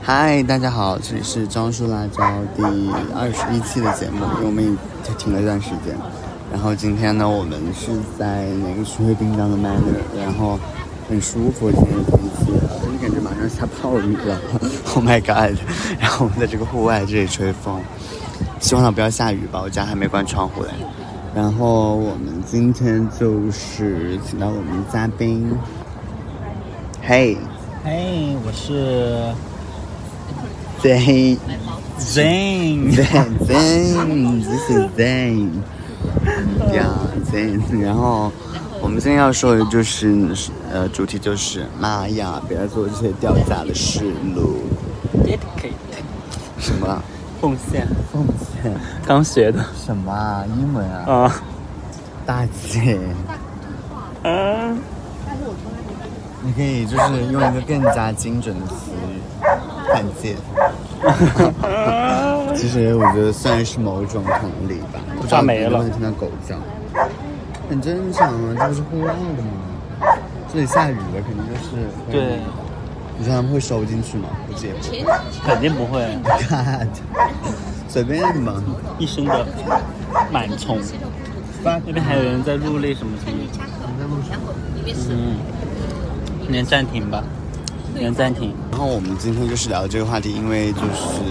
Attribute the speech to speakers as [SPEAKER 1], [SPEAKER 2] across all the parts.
[SPEAKER 1] 嗨，大家好，这里是张叔辣椒第二十一期的节目，因为我们也停了一段时间。然后今天呢，我们是在那个徐汇滨江的 Manner，然后很舒服，今天天气，真感觉马上下暴雨了 ，Oh my god！然后我们在这个户外这里吹风，希望它不要下雨吧，我家还没关窗户嘞。然后我们今天就是请到我们的嘉宾，嘿、
[SPEAKER 2] 嘿，哎我是
[SPEAKER 1] Zane。 哦
[SPEAKER 2] Jane。
[SPEAKER 1] Zane Zane，this is Zane。呀，Zane。然后我们今天要说的就是，呃，主题就是呃妈呀，不要做这些掉价的事喽。
[SPEAKER 2] Dedicate，
[SPEAKER 1] 什么？
[SPEAKER 2] 奉献，
[SPEAKER 1] 奉献？
[SPEAKER 2] 刚学的
[SPEAKER 1] 什么啊？英文啊？
[SPEAKER 2] 啊。
[SPEAKER 1] 大姐，
[SPEAKER 2] 嗯，
[SPEAKER 1] 你可以就是用一个更加精准的词语，犯贱。
[SPEAKER 2] 啊
[SPEAKER 1] 其实我觉得算是某种同理吧。
[SPEAKER 2] 我抓没了
[SPEAKER 1] 我听到狗叫，很正常啊，这不是户外的吗？这里下雨了，肯定就是会
[SPEAKER 2] 对，
[SPEAKER 1] 你说他们会收进去吗？估计也不会。
[SPEAKER 2] 肯定不会，
[SPEAKER 1] God，随便嘛。
[SPEAKER 2] 一身的螨虫。
[SPEAKER 1] 那
[SPEAKER 2] 那边还有人在入内什么什么。嗯，先暂停吧，先暂停。
[SPEAKER 1] 然后我们今天就是聊这个话题，因为就是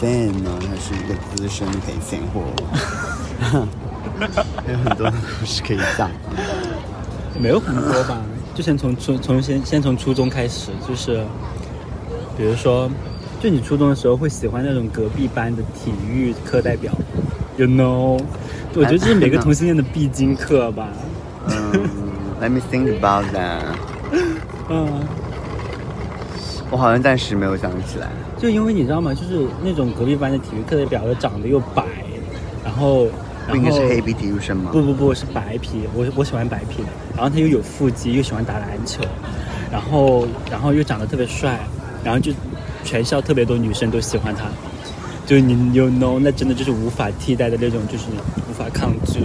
[SPEAKER 1] Van 呢，他是一个资深赔钱货， 有很多故事可以讲。
[SPEAKER 2] 没有很多吧，就先从初从先先从初中开始，就是比如说，就你初中的时候会喜欢那种隔壁班的体育课代表，you know，我觉得这是每个同性恋的必经课吧。
[SPEAKER 1] 嗯，Let me think about that。
[SPEAKER 2] 嗯，
[SPEAKER 1] 我好像暂时没有想起来。
[SPEAKER 2] 就因为你知道吗？就是那种隔壁班的体育课代表，长得又白，然后
[SPEAKER 1] 不
[SPEAKER 2] 然
[SPEAKER 1] 应该
[SPEAKER 2] 后
[SPEAKER 1] 是黑皮体育生吗？
[SPEAKER 2] 不不不，是白皮，我我喜欢白皮的。然后他又有腹肌，又喜欢打篮球，然后然后又长得特别帅，然后就全校特别多女生都喜欢他。就你 you know，那真的就是无法替代的那种，就是无法抗拒。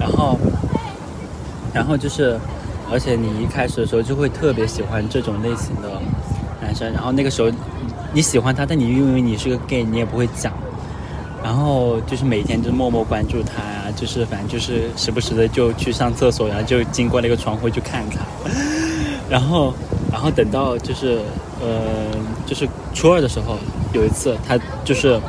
[SPEAKER 2] 然后然后就是，而且你一开始的时候就会特别喜欢这种类型的男生，然后那个时候你喜欢他，但你因为你是个 gay，你也不会讲，然后就是每天就默默关注他呀、就是反正就是时不时的就去上厕所，然后就经过那个窗户去看他， 然后然后等到就是呃就是初二的时候，有一次他就是。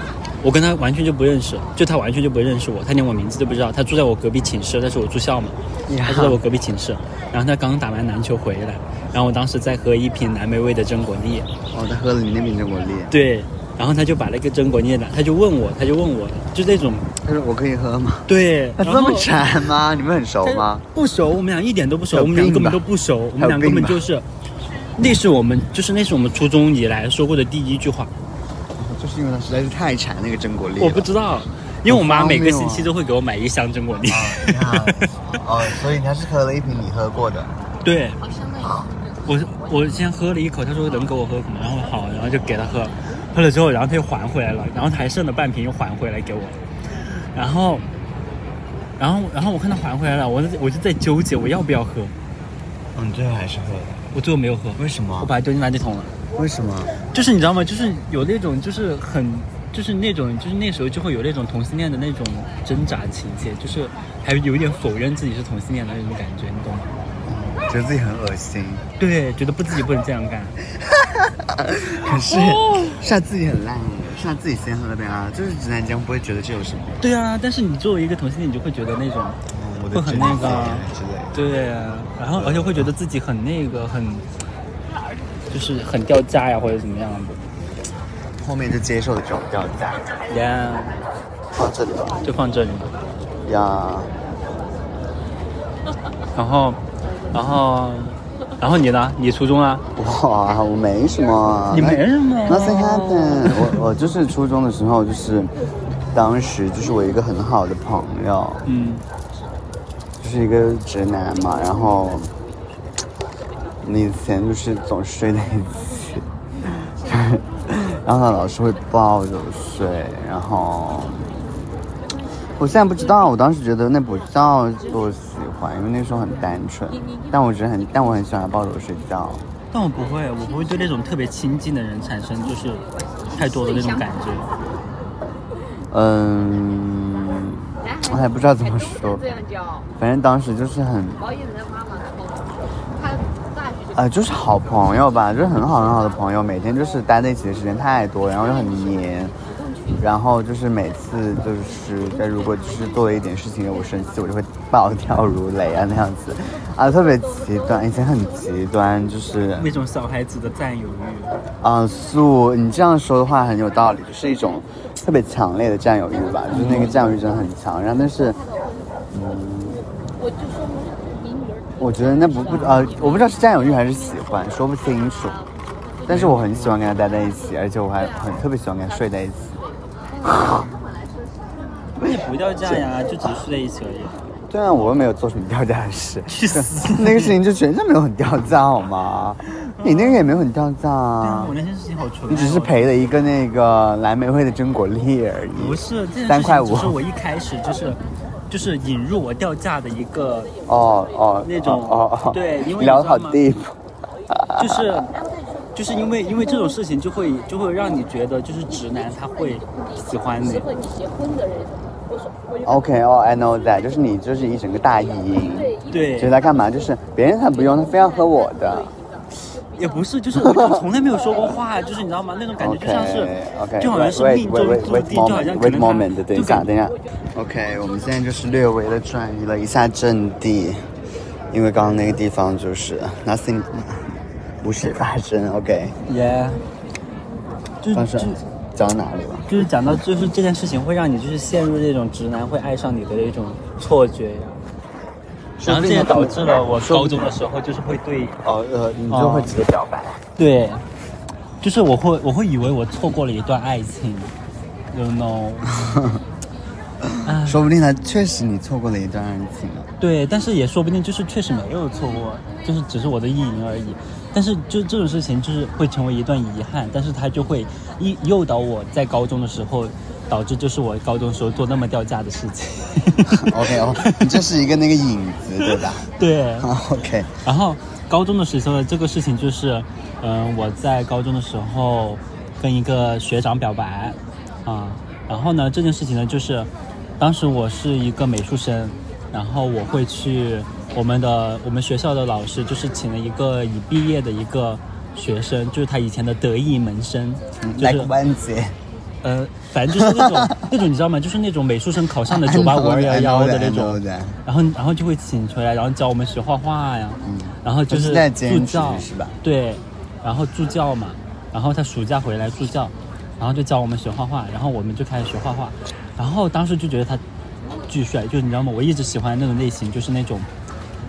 [SPEAKER 2] 我跟他完全就不认识，就他完全就不认识我，他连我名字都不知道。他住在我隔壁寝室，但是我住校嘛。
[SPEAKER 1] 呀
[SPEAKER 2] 他就在我隔壁寝室，然后他刚打完篮球回来，然后我当时在喝一瓶蓝莓味的榛果粒，
[SPEAKER 1] 哦，他喝了你那瓶榛果粒。
[SPEAKER 2] 对，然后他就把那个榛果粒拿，他就问我，他就问我，就那种
[SPEAKER 1] 他说我可以喝 吗？
[SPEAKER 2] 对，
[SPEAKER 1] 他这么馋吗？你们很熟
[SPEAKER 2] 然后
[SPEAKER 1] 吗？？
[SPEAKER 2] 不熟，我们俩一点都不熟，
[SPEAKER 1] 有
[SPEAKER 2] 我们俩
[SPEAKER 1] 病
[SPEAKER 2] 根
[SPEAKER 1] 吧
[SPEAKER 2] 本都不熟，我
[SPEAKER 1] 还有
[SPEAKER 2] 们俩根
[SPEAKER 1] 病
[SPEAKER 2] 本
[SPEAKER 1] 吧
[SPEAKER 2] 就是，那是我们就是那是我们初中以来说过的第一句话，
[SPEAKER 1] 哦就是因为他实在是太馋那个榛果粒了。
[SPEAKER 2] 我不知道。因为我妈
[SPEAKER 1] 好荒
[SPEAKER 2] 每个
[SPEAKER 1] 谬
[SPEAKER 2] 星
[SPEAKER 1] 啊
[SPEAKER 2] 期都会给我买一箱榛果粒，
[SPEAKER 1] 呀哦，所以他是喝了一瓶你喝过的。
[SPEAKER 2] 对，我我先喝了一口，他说能给我喝口吗？然后好，然后就给他喝，喝了之后，然后他又还回来了，然后他还剩了半瓶又还回来给我，然后，然后然后我看他还回来了，我就我就在纠结我要不要喝，
[SPEAKER 1] 嗯，最后还是喝了。
[SPEAKER 2] 我最后没有喝，
[SPEAKER 1] 为什
[SPEAKER 2] 我
[SPEAKER 1] 么？
[SPEAKER 2] 把它丢进垃圾桶了。
[SPEAKER 1] 为什么？
[SPEAKER 2] 就是你知道吗？就是有那种就是很就是那种就是那时候就会有那种同性恋的那种挣扎情节，就是还有一点否认自己是同性恋的那种感觉，你懂吗？
[SPEAKER 1] 觉得自己很恶 心，
[SPEAKER 2] 对，觉得不自己不能这样干。
[SPEAKER 1] 可是
[SPEAKER 2] 哦
[SPEAKER 1] 是他自己很烂耶，是他自己先喝的呗啊，就是直男间不会觉得这有什么，
[SPEAKER 2] 对啊，但是你作为一个同性恋，你就会觉得那种，
[SPEAKER 1] 嗯我
[SPEAKER 2] 会
[SPEAKER 1] 的
[SPEAKER 2] 很
[SPEAKER 1] 真
[SPEAKER 2] 那个
[SPEAKER 1] 爱
[SPEAKER 2] 啊
[SPEAKER 1] 之类的。
[SPEAKER 2] 对啊，然后而且会觉得自己很那个，很就是很掉价呀、或者怎么样的。
[SPEAKER 1] 后面就接受了这种掉价，
[SPEAKER 2] 呀、
[SPEAKER 1] 放这里吧。
[SPEAKER 2] 就放这里。
[SPEAKER 1] 呀，
[SPEAKER 2] 然后，然后，然后你呢？你初中啊？
[SPEAKER 1] 哇，我没什么，
[SPEAKER 2] 你没什么
[SPEAKER 1] 啊 Nothing happened 我。我就是初中的时候，就是当时就是我一个很好的朋友，
[SPEAKER 2] 嗯，
[SPEAKER 1] 就是一个直男嘛，然后我们以前就是总睡在一起， 然后他老是会抱着我睡，然后我现在不知道，我当时觉得那不叫做喜欢，因为那时候很单纯，但我觉得很，但我很喜欢他抱着我睡觉，
[SPEAKER 2] 但我不会，我不会对那种特别亲近的人产生就是太多的那种感觉。
[SPEAKER 1] 嗯，我也不知道怎么说，
[SPEAKER 3] 这样叫，
[SPEAKER 1] 反正当时就是很
[SPEAKER 3] 毛衣人的妈妈说，她大学就
[SPEAKER 1] 呃，就是好朋友吧，就是很好很好的朋友，每天就是待在一起的时间太多，然后又很黏，然后就是每次就是在如果就是做了一点事情惹我生气，我就会暴跳如雷啊那样子，啊特别极端，以前很极端，就是
[SPEAKER 2] 那种小孩子的占有欲，
[SPEAKER 1] 啊素，你这样说的话很有道理，就是一种特别强烈的占有欲吧，就是那个占有欲真的很强，然后但是嗯
[SPEAKER 3] 我就说你女儿
[SPEAKER 1] 我觉得那不不呃，我不知道是占有欲还是喜欢，说不清楚。但是我很喜欢跟他待在一起，而且我还很特别喜欢跟他睡在一起。
[SPEAKER 2] 你不要这样呀，就只是睡在一起 而已。
[SPEAKER 1] 对啊，我又没有做什么掉价的事，
[SPEAKER 2] 去死
[SPEAKER 1] 那个事情就全身没有很掉价好吗？你那个也没有很掉价
[SPEAKER 2] 对啊
[SPEAKER 1] 啊，
[SPEAKER 2] 我那件事情好纯爱哦。
[SPEAKER 1] 你只是赔了一个那个蓝莓味的榛果粒而
[SPEAKER 2] 不
[SPEAKER 1] 已。
[SPEAKER 2] 是，这件事
[SPEAKER 1] 三块
[SPEAKER 2] 情
[SPEAKER 1] 五
[SPEAKER 2] 只是我一开始就是就是引入我掉价的一个，
[SPEAKER 1] 哦哦，
[SPEAKER 2] 那种
[SPEAKER 1] 哦哦，
[SPEAKER 2] 对因为你
[SPEAKER 1] 聊
[SPEAKER 2] 知
[SPEAKER 1] 得
[SPEAKER 2] 道
[SPEAKER 1] 好
[SPEAKER 2] 吗
[SPEAKER 1] deep，
[SPEAKER 2] 就是就是因为因为这种事情就会就会让你觉得就是直男他会喜欢你
[SPEAKER 3] 适，合你结婚的人，我说我就
[SPEAKER 1] OK 哦、i know that，就是你就是一整个大意淫，觉得
[SPEAKER 2] 对，
[SPEAKER 1] 他干嘛？就是别人他不用，他非要喝我的。
[SPEAKER 2] 也不是，就是我就从来没有说过话，就是你知道吗？那种感觉就像是
[SPEAKER 1] OK，
[SPEAKER 2] 就好像是
[SPEAKER 1] wait,
[SPEAKER 2] 命中
[SPEAKER 1] wait,
[SPEAKER 2] 注
[SPEAKER 1] wait,
[SPEAKER 2] 定，就好像
[SPEAKER 1] moment,
[SPEAKER 2] 可
[SPEAKER 1] wait
[SPEAKER 2] 能他
[SPEAKER 1] moment，等一
[SPEAKER 2] 就
[SPEAKER 1] 下，
[SPEAKER 2] 感
[SPEAKER 1] 等一下。OK，我们现在就是略微的转移了一下阵地，因为刚刚那个地方就是 nothing，无事发生。OK，
[SPEAKER 2] 耶，就
[SPEAKER 1] 放
[SPEAKER 2] 是
[SPEAKER 1] 手
[SPEAKER 2] 就。
[SPEAKER 1] 讲到哪里了？
[SPEAKER 2] 就是讲到，就是这件事情会让你就是陷入那种直男会爱上你的那种错觉呀，然后这也导致了我高中的时候就是会对
[SPEAKER 1] 哦呃，你就会直接表白。
[SPEAKER 2] 对，就是我会我会以为我错过了一段爱情，you know，
[SPEAKER 1] 说不定他确实你错过了一段爱情啊 了。
[SPEAKER 2] 对，但是也说不定就是确实没有错过，就是只是我的意淫而已。但是就这种事情就是会成为一段遗憾，但是它就会诱诱导我在高中的时候，导致就是我高中时候做那么掉价的事情。
[SPEAKER 1] OK 哦，你这是一个那个影子对 吧啊
[SPEAKER 2] 对，
[SPEAKER 1] ？OK，
[SPEAKER 2] 然后高中的时候，这个事情就是，嗯、我在高中的时候跟一个学长表白，啊，然后呢，这件事情呢，就是当时我是一个美术生，然后我会去我们的我们学校的老师就是请了一个已毕业的一个学生，就是他以前的得意门生，就
[SPEAKER 1] 来
[SPEAKER 2] 是
[SPEAKER 1] 关节。
[SPEAKER 2] 呃，反正就是 那种那种你知道吗？就是那种美术生考上的九八五二幺幺的那
[SPEAKER 1] I know that, I know
[SPEAKER 2] 种
[SPEAKER 1] that.，
[SPEAKER 2] 然后然后就会请回来，然后教我们学画画呀，然后
[SPEAKER 1] 嗯
[SPEAKER 2] 就
[SPEAKER 1] 他
[SPEAKER 2] 是
[SPEAKER 1] 是在兼
[SPEAKER 2] 助
[SPEAKER 1] 职
[SPEAKER 2] 教
[SPEAKER 1] 是吧
[SPEAKER 2] 对，然后助教嘛，然后他暑假回来助教，然后就教我们学画画，然后我们就开始学画画，然后当时就觉得他巨帅，就是你知道吗？我一直喜欢那种类型，就是那种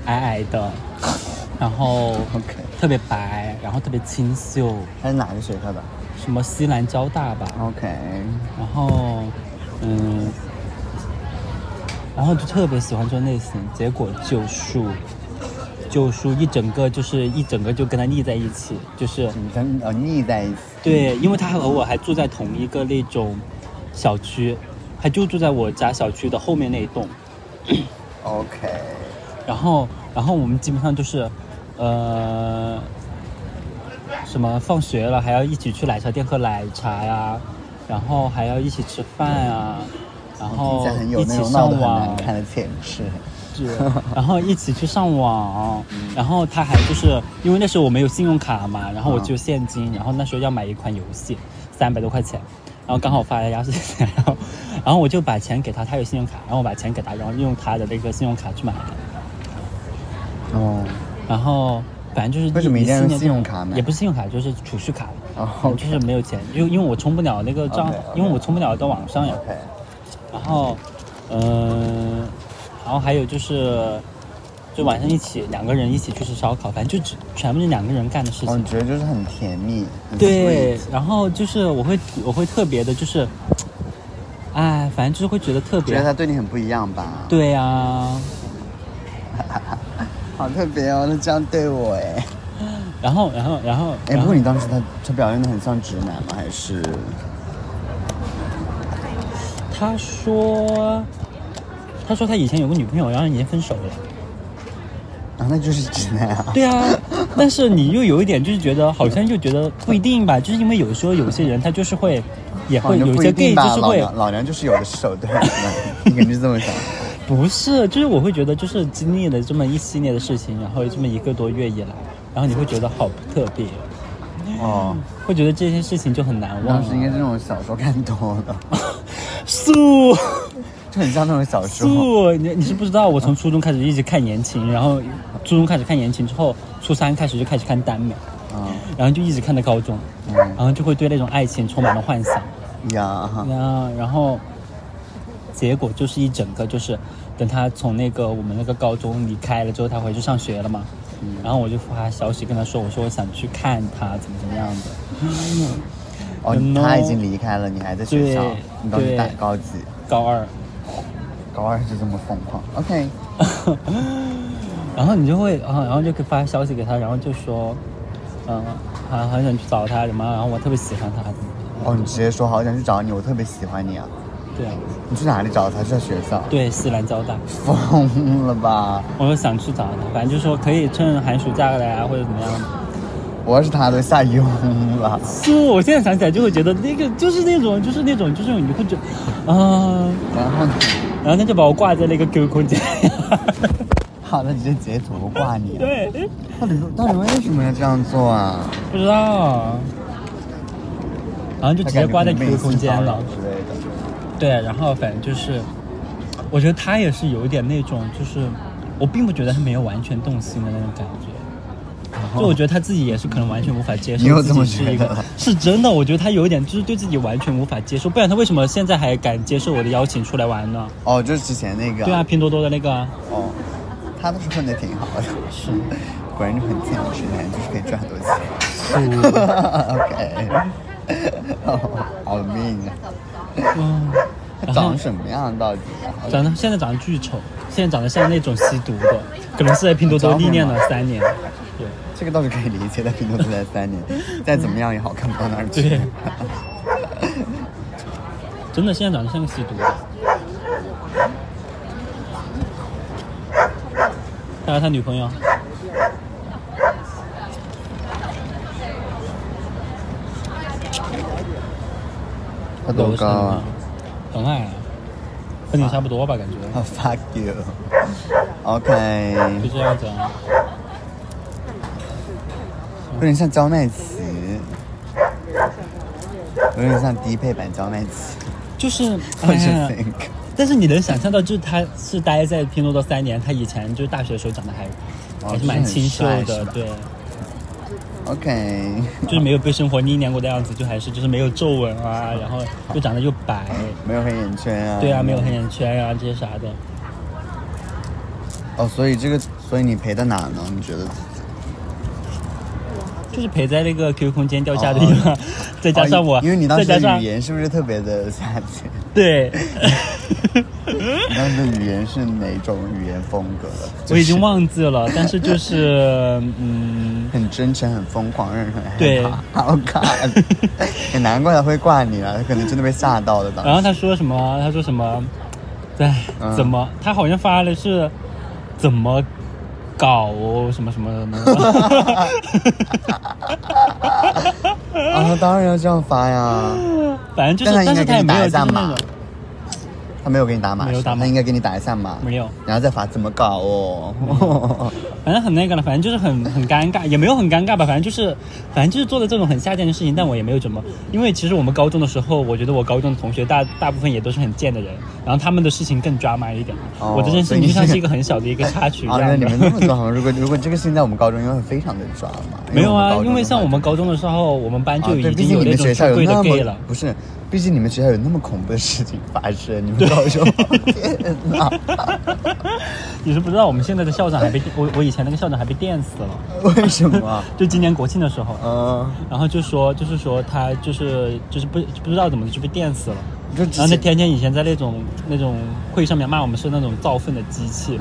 [SPEAKER 2] 矮矮 的，然后
[SPEAKER 1] OK
[SPEAKER 2] 特别白，然后特别清秀，
[SPEAKER 1] 他是哪个学校的
[SPEAKER 2] 什么西南交大吧，
[SPEAKER 1] ？OK，
[SPEAKER 2] 然后，嗯，然后就特别喜欢这种类型，结果救赎，救赎一整个就是一整个就跟他腻在一起，就是
[SPEAKER 1] 你跟哦腻在一起。
[SPEAKER 2] 对，因为他和我还住在同一个那种小区，他就住在我家小区的后面那一栋，
[SPEAKER 1] OK，
[SPEAKER 2] 然后然后我们基本上就是，呃，什么放学了还要一起去奶茶店喝奶茶呀，然后还要一起吃饭啊，然
[SPEAKER 1] 听
[SPEAKER 2] 后
[SPEAKER 1] 起来很有
[SPEAKER 2] 一
[SPEAKER 1] 那
[SPEAKER 2] 起
[SPEAKER 1] 种闹得
[SPEAKER 2] 上
[SPEAKER 1] 很
[SPEAKER 2] 网
[SPEAKER 1] 难，看的潜质。
[SPEAKER 2] 是然后一起去上网，
[SPEAKER 1] 嗯
[SPEAKER 2] 然后他还就是因为那时候我没有信用卡嘛，然后我
[SPEAKER 1] 嗯
[SPEAKER 2] 只有现金，然后那时候要买一款游戏，三百多块钱，然后刚好我发了压岁钱，然后然后我就把钱给他，他有信用卡，然后我把钱给他，然后用他的那个信用卡去买的。
[SPEAKER 1] 哦，
[SPEAKER 2] 然后反正就是
[SPEAKER 1] 为什么一定要
[SPEAKER 2] 17
[SPEAKER 1] 用
[SPEAKER 2] 年
[SPEAKER 1] 信用卡呢
[SPEAKER 2] 也不是信用卡，就是储蓄卡。嗯
[SPEAKER 1] 哦
[SPEAKER 2] 就是没有钱，因为因为我充不了那个账
[SPEAKER 1] OK，OK
[SPEAKER 2] 因为我充不了到网上呀。
[SPEAKER 1] OK，
[SPEAKER 2] 然后，嗯、然后还有就是，就晚上一起两个人一起去吃烧烤，反正就只全部是两个人干的事
[SPEAKER 1] 哦，
[SPEAKER 2] 情
[SPEAKER 1] 你。觉得就是很甜蜜，很
[SPEAKER 2] 对
[SPEAKER 1] sweet，
[SPEAKER 2] 然后就是我会我会特别的，就是，哎，反正就是会觉得特
[SPEAKER 1] 觉得
[SPEAKER 2] 别。
[SPEAKER 1] 他对你很不一样吧？，
[SPEAKER 2] 对啊，
[SPEAKER 1] 好特别哦，他这样对我哎。
[SPEAKER 2] 然后然后然后
[SPEAKER 1] 哎，
[SPEAKER 2] 然
[SPEAKER 1] 不
[SPEAKER 2] 后
[SPEAKER 1] 过你当时他他表现的很像直男吗？还是
[SPEAKER 2] 他说，他说他以前有个女朋友，然后已经分手了。
[SPEAKER 1] 啊，那就是直男啊。
[SPEAKER 2] 对啊，但是你又有一点就是觉得好像又觉得不一定吧，就是因为有时候有些人他就是会，也
[SPEAKER 1] 哦
[SPEAKER 2] 会
[SPEAKER 1] 那
[SPEAKER 2] 有
[SPEAKER 1] 不
[SPEAKER 2] 些
[SPEAKER 1] 一定
[SPEAKER 2] gay
[SPEAKER 1] 吧
[SPEAKER 2] 就是
[SPEAKER 1] 老
[SPEAKER 2] 会
[SPEAKER 1] 娘老娘就是有的是手 段，你肯定是这么想。
[SPEAKER 2] 不是，就是我会觉得，就是经历了这么一系列的事情，然后这么一个多月以来，然后你会觉得好不特别，
[SPEAKER 1] 哦，
[SPEAKER 2] 会觉得这些事情就很难忘
[SPEAKER 1] 当时应
[SPEAKER 2] 啊。
[SPEAKER 1] 该是那种小说看多了，
[SPEAKER 2] 素
[SPEAKER 1] 就很像那种小说。
[SPEAKER 2] 素，你你是不知道，我从初中开始一直看言情，然后初中开始看言情之后，初三开始就开始看耽美，
[SPEAKER 1] 啊
[SPEAKER 2] 然后就一直看到高中，然
[SPEAKER 1] 嗯
[SPEAKER 2] 后就会对那种爱情充满了幻想。
[SPEAKER 1] 呀哈
[SPEAKER 2] 然后，然后结果就是一整个就是，等他从那个我们那个高中离开了之后，他回去上学了嘛。然后我就发消息跟他说，我说我想去看他怎么怎么样的。
[SPEAKER 1] 哦，
[SPEAKER 2] 嗯
[SPEAKER 1] 他已
[SPEAKER 2] 哦
[SPEAKER 1] 经离开了，你还在学校
[SPEAKER 2] 对，
[SPEAKER 1] 你到底大
[SPEAKER 2] 对
[SPEAKER 1] 高几？
[SPEAKER 2] 高二，
[SPEAKER 1] 高二就这么疯狂？OK，
[SPEAKER 2] 然后你就会，啊，然后就发消息给他，然后就说，嗯，啊，很想去找他什么，然后我特别喜欢他怎么怎么
[SPEAKER 1] 哦，你直接说好想去找你，我特别喜欢你啊！
[SPEAKER 2] 样，对啊，
[SPEAKER 1] 你去哪里找他？去在学校？
[SPEAKER 2] 对，西南交大，
[SPEAKER 1] 疯了吧！
[SPEAKER 2] 我说想去找他，反正就说可以趁寒暑假来啊，或者怎么样。
[SPEAKER 1] 我要是他都吓晕了。
[SPEAKER 2] 是，我现在想起来就会觉得那个就是那种就是那种就是你会觉得，啊、
[SPEAKER 1] 然后呢？
[SPEAKER 2] 然后他就把我挂在那个 QQ 空间，
[SPEAKER 1] 好了，直接截图挂你。
[SPEAKER 2] 对，
[SPEAKER 1] 到底到底为什么要这样做啊？
[SPEAKER 2] 不知道，然后就直接挂在
[SPEAKER 1] 他感觉可能被
[SPEAKER 2] QQ 空间
[SPEAKER 1] 骚扰
[SPEAKER 2] 了，
[SPEAKER 1] 之类的。
[SPEAKER 2] 对，然后反正就是，我觉得他也是有一点那种就是，我并不觉得他没有完全动心的那种感觉，就我觉得他自己也是可能完全无法接受，
[SPEAKER 1] 你又这么
[SPEAKER 2] 自己是一
[SPEAKER 1] 觉得
[SPEAKER 2] 个 是真的，我觉得他有一点就是对自己完全无法接受，不然他为什么现在还敢接受我的邀请出来玩呢？
[SPEAKER 1] 哦，就是之前那个。
[SPEAKER 2] 对啊，。拼多多的那个啊，
[SPEAKER 1] 哦，他倒是混的挺好的，
[SPEAKER 2] 是
[SPEAKER 1] 果然就很见识男，就是可以赚很多钱。OK。哦好命啊！
[SPEAKER 2] 嗯，
[SPEAKER 1] 他
[SPEAKER 2] 然后
[SPEAKER 1] 长什么样到底啊？
[SPEAKER 2] 长得现在长得巨丑，现在长得像那种吸毒的，可能是在拼多多历练了三年，对，
[SPEAKER 1] 这个倒是可以理解，在拼多多待三年，再怎么样也好看不到哪儿去
[SPEAKER 2] 对。真的现在长得像个吸毒的。还有他女朋友，
[SPEAKER 1] 他多高啊？
[SPEAKER 2] 很矮啊，和你差不多吧，感觉
[SPEAKER 1] 哦 fuck you。OK，
[SPEAKER 2] 就这样子啊。
[SPEAKER 1] 有点像焦麦琪，有点像低配版焦麦琪。
[SPEAKER 2] 就是，
[SPEAKER 1] 我
[SPEAKER 2] 哎
[SPEAKER 1] 就
[SPEAKER 2] 呀
[SPEAKER 1] think，
[SPEAKER 2] 但是你能想象到，就是他是待在拼多多三年，他以前就是大学的时候长得还、
[SPEAKER 1] 哦
[SPEAKER 2] 还是蛮清秀
[SPEAKER 1] 就是很帅是
[SPEAKER 2] 的，
[SPEAKER 1] 吧
[SPEAKER 2] 对，
[SPEAKER 1] OK，
[SPEAKER 2] 就是没有被生活历练过的样子，就还是就是没有皱纹啊，然后又长得又白，
[SPEAKER 1] 没有黑眼圈啊。
[SPEAKER 2] 对啊，没有黑眼圈啊这些啥的，
[SPEAKER 1] 哦，所以这个，所以你赔的哪呢？你觉得？
[SPEAKER 2] 就是陪在那个 QQ 空间掉价的地 方，再加上我，
[SPEAKER 1] 哦哦因为你当
[SPEAKER 2] 再
[SPEAKER 1] 时
[SPEAKER 2] 加
[SPEAKER 1] 的
[SPEAKER 2] 上
[SPEAKER 1] 语言是不是特别的 下贱？
[SPEAKER 2] 对，
[SPEAKER 1] 你当时的语言是哪种语言风格？
[SPEAKER 2] 我已经忘记了，但是就是嗯。
[SPEAKER 1] 很真诚，很疯狂，让人很害怕。
[SPEAKER 2] 对
[SPEAKER 1] 好看， 也难怪他会挂你啊了，他可能真的被吓到了。当
[SPEAKER 2] 然后
[SPEAKER 1] 时
[SPEAKER 2] 他说什么？他说什么？在
[SPEAKER 1] 嗯
[SPEAKER 2] 怎么？他好像发的是怎么搞哦，什么什么什么。
[SPEAKER 1] 啊，当然要这样发呀。
[SPEAKER 2] 反正就是，
[SPEAKER 1] 但他应该
[SPEAKER 2] 但是他也
[SPEAKER 1] 给你
[SPEAKER 2] 没
[SPEAKER 1] 打
[SPEAKER 2] 有
[SPEAKER 1] 一
[SPEAKER 2] 就
[SPEAKER 1] 下
[SPEAKER 2] 是
[SPEAKER 1] 码
[SPEAKER 2] 那种
[SPEAKER 1] 他没有给你打码，
[SPEAKER 2] 没有打码
[SPEAKER 1] 他应该给你打一下码，
[SPEAKER 2] 没有，
[SPEAKER 1] 然后再发，怎么搞哦？
[SPEAKER 2] 反正很那个了，反正就是很很尴尬，也没有很尴尬吧，反正就是，反正就是做的这种很下贱的事情，但我也没有怎么，因为其实我们高中的时候，我觉得我高中的同学大大部分也都是很贱的人，然后他们的事情更抓马一点，
[SPEAKER 1] 哦
[SPEAKER 2] 我这件事
[SPEAKER 1] 所以
[SPEAKER 2] 情
[SPEAKER 1] 你
[SPEAKER 2] 就像
[SPEAKER 1] 是
[SPEAKER 2] 是一个很小的一个插曲一
[SPEAKER 1] 啊，
[SPEAKER 2] 样
[SPEAKER 1] 那
[SPEAKER 2] 的。
[SPEAKER 1] 你们那么多，好像如果如果这个事情在我们高中，应该会非常的抓嘛。
[SPEAKER 2] 没有啊，
[SPEAKER 1] 我们高中的话
[SPEAKER 2] 因为像我们高中的时候，我们班
[SPEAKER 1] 啊
[SPEAKER 2] 就
[SPEAKER 1] 对，
[SPEAKER 2] 已
[SPEAKER 1] 毕
[SPEAKER 2] 经
[SPEAKER 1] 竟
[SPEAKER 2] 有
[SPEAKER 1] 你
[SPEAKER 2] 那
[SPEAKER 1] 们
[SPEAKER 2] 种
[SPEAKER 1] 学校
[SPEAKER 2] 出
[SPEAKER 1] 有
[SPEAKER 2] 柜的
[SPEAKER 1] 那
[SPEAKER 2] gay
[SPEAKER 1] 么
[SPEAKER 2] 了。
[SPEAKER 1] 不是，毕竟你们学校有那么恐怖的事情发生，你们高中 天哪！
[SPEAKER 2] 你是不知道，我们现在的校长还被我我以前那个校长还被电死了，
[SPEAKER 1] 为什么？啊
[SPEAKER 2] 就今年国庆的时候，
[SPEAKER 1] 嗯，
[SPEAKER 2] 然后就说就是说他就是就是不不知道怎么就被电死了。
[SPEAKER 1] 就之
[SPEAKER 2] 然后啊那
[SPEAKER 1] 前
[SPEAKER 2] 天天以前在那种那种会上面骂我们是那种造粪的机器，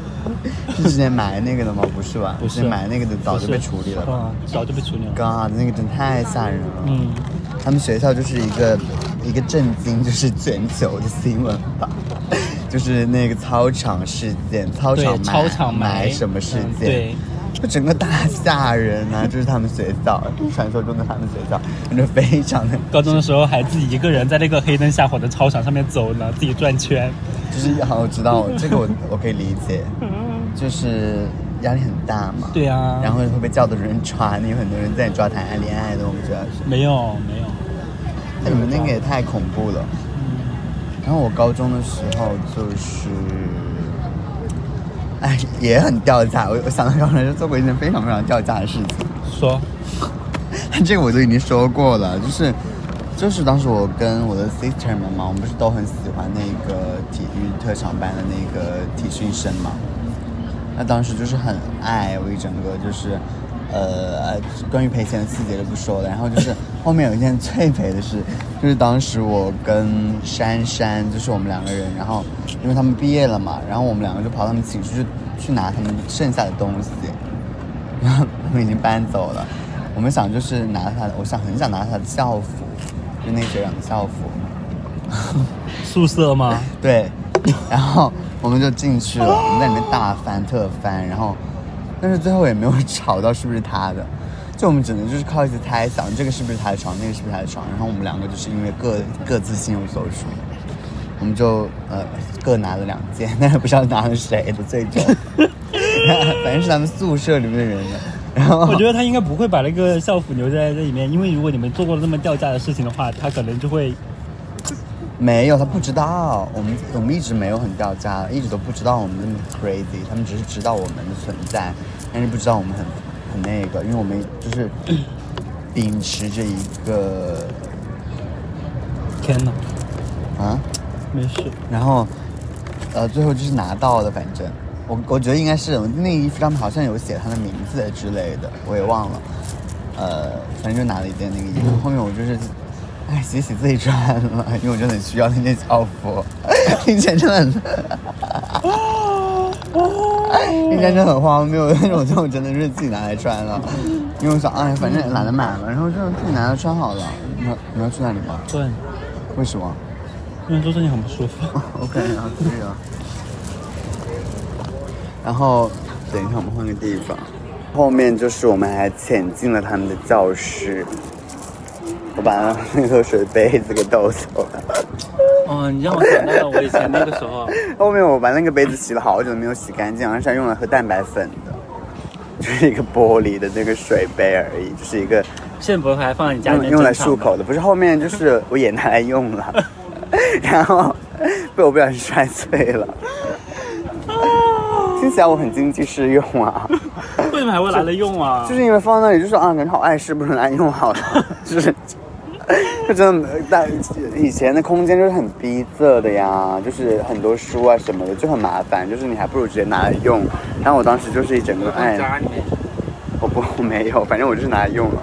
[SPEAKER 1] 是之前埋那个的吗？不是吧？
[SPEAKER 2] 不是
[SPEAKER 1] 之前埋那个的早就被处理了吧。
[SPEAKER 2] 嗯，早就被处理了。
[SPEAKER 1] God，那个真太吓人了。
[SPEAKER 2] 嗯，
[SPEAKER 1] 他们学校就是一个一个震惊， 就是全球的新闻吧， 就是那个操场事件，操场
[SPEAKER 2] 对，操场
[SPEAKER 1] 埋
[SPEAKER 2] 埋
[SPEAKER 1] 什么事
[SPEAKER 2] 嗯
[SPEAKER 1] 件，
[SPEAKER 2] 对，
[SPEAKER 1] 就整个大吓人啊！ 这、就是他们学校，这是传说中的他们学校，反正非常的。
[SPEAKER 2] 高中的时候还自己一个人在那个黑灯瞎火的操场上面走呢，自己转圈。
[SPEAKER 1] 就是好，我知 道这个我我可以理解，就是压力很大嘛。
[SPEAKER 2] 对啊。
[SPEAKER 1] 然后会被教导主任抓你，有很多人在你抓谈恋爱的，我们主要是。
[SPEAKER 2] 没有没有。
[SPEAKER 1] 那你们那个也太恐怖了。然后我高中的时候就是，哎，也很掉价。我我想到高中就做过一件非常非常掉价的事情。
[SPEAKER 2] 说，
[SPEAKER 1] 这个我都已经说过了，就是就是当时我跟我的 sister 们嘛，我们不是都很喜欢那个体育特长班的那个体训生嘛？那当时就是很爱我一整个就是。呃，关于赔钱的细节就不说了。然后就是后面有一件最赔的事， 就是当时我跟珊珊，就是我们两个人，然后因为他们毕业了嘛，然后我们两个就跑他们寝室去去拿他们剩下的东西，然后他们已经搬走了。我们想就是拿他，我想很想拿他的校服，就那个学长的校服。
[SPEAKER 2] 宿舍吗？
[SPEAKER 1] 对。然后我们就进去了，我们在里面大翻特翻，然后。但是最后也没有吵到是不是他的，就我们只能就是靠一些猜想，这个是不是他的床，那个是不是他的床。然后我们两个就是因为各各自心有所属，我们就呃各拿了两件，但是不知道拿了谁的最终， 反正是咱们宿舍里面的人的。然后
[SPEAKER 2] 我觉得他应该不会把那个校服留在这里面，因为如果你们做过这么掉价的事情的话，他可能就会
[SPEAKER 1] 没有，他不知道。我们我们一直没有很掉价，一直都不知道我们那么 crazy，他们只是知道我们的存在。但是不知道我们很很那个，因为我们就是秉持着一个
[SPEAKER 2] 天呐，
[SPEAKER 1] 啊，
[SPEAKER 2] 没事。
[SPEAKER 1] 然后呃，最后就是拿到的，反正我我觉得应该是那衣服上面好像有写他的名字之类的，我也忘了。呃，反正就拿了一件那个衣服，后面我就是哎洗洗自己穿了，因为我真的很需要那件校服， 听起来真的很。那件真的很荒谬，但是我最后真的是自己拿来穿了，因为我想，哎，反正也懒得买了，然后就自己拿来穿好了。你要你要去那里吗？
[SPEAKER 2] 对。
[SPEAKER 1] 为什么？
[SPEAKER 2] 因为坐这里很不舒服。
[SPEAKER 1] OK，然后啊这样。然后等一下，我们换个地方。后面就是我们还潜进了他们的教室，我把那个水杯子给抖走了。
[SPEAKER 2] 哦，你让我想到了我以前那个时候。
[SPEAKER 1] 后面我把那个杯子洗了好久都没有洗干净，而且还用来喝蛋白粉的，就是一个玻璃的那个水杯而已，就是一个。
[SPEAKER 2] 现在不还放在你家里面
[SPEAKER 1] 用来漱口的，不是后面就是我也拿来用了， 然后被我不小心摔碎了。听起来我很经济适用啊。
[SPEAKER 2] 为什么还会拿来用啊？
[SPEAKER 1] 就是因为放那里就是啊，感觉好碍事，不能拿来用好了， 就是。就真的，但以前的空间就是很逼仄的呀，就是很多书啊什么的就很麻烦，就是你还不如直接拿来用。然后我当时就是一整个哎，我不我没有，反正我就是拿来用了。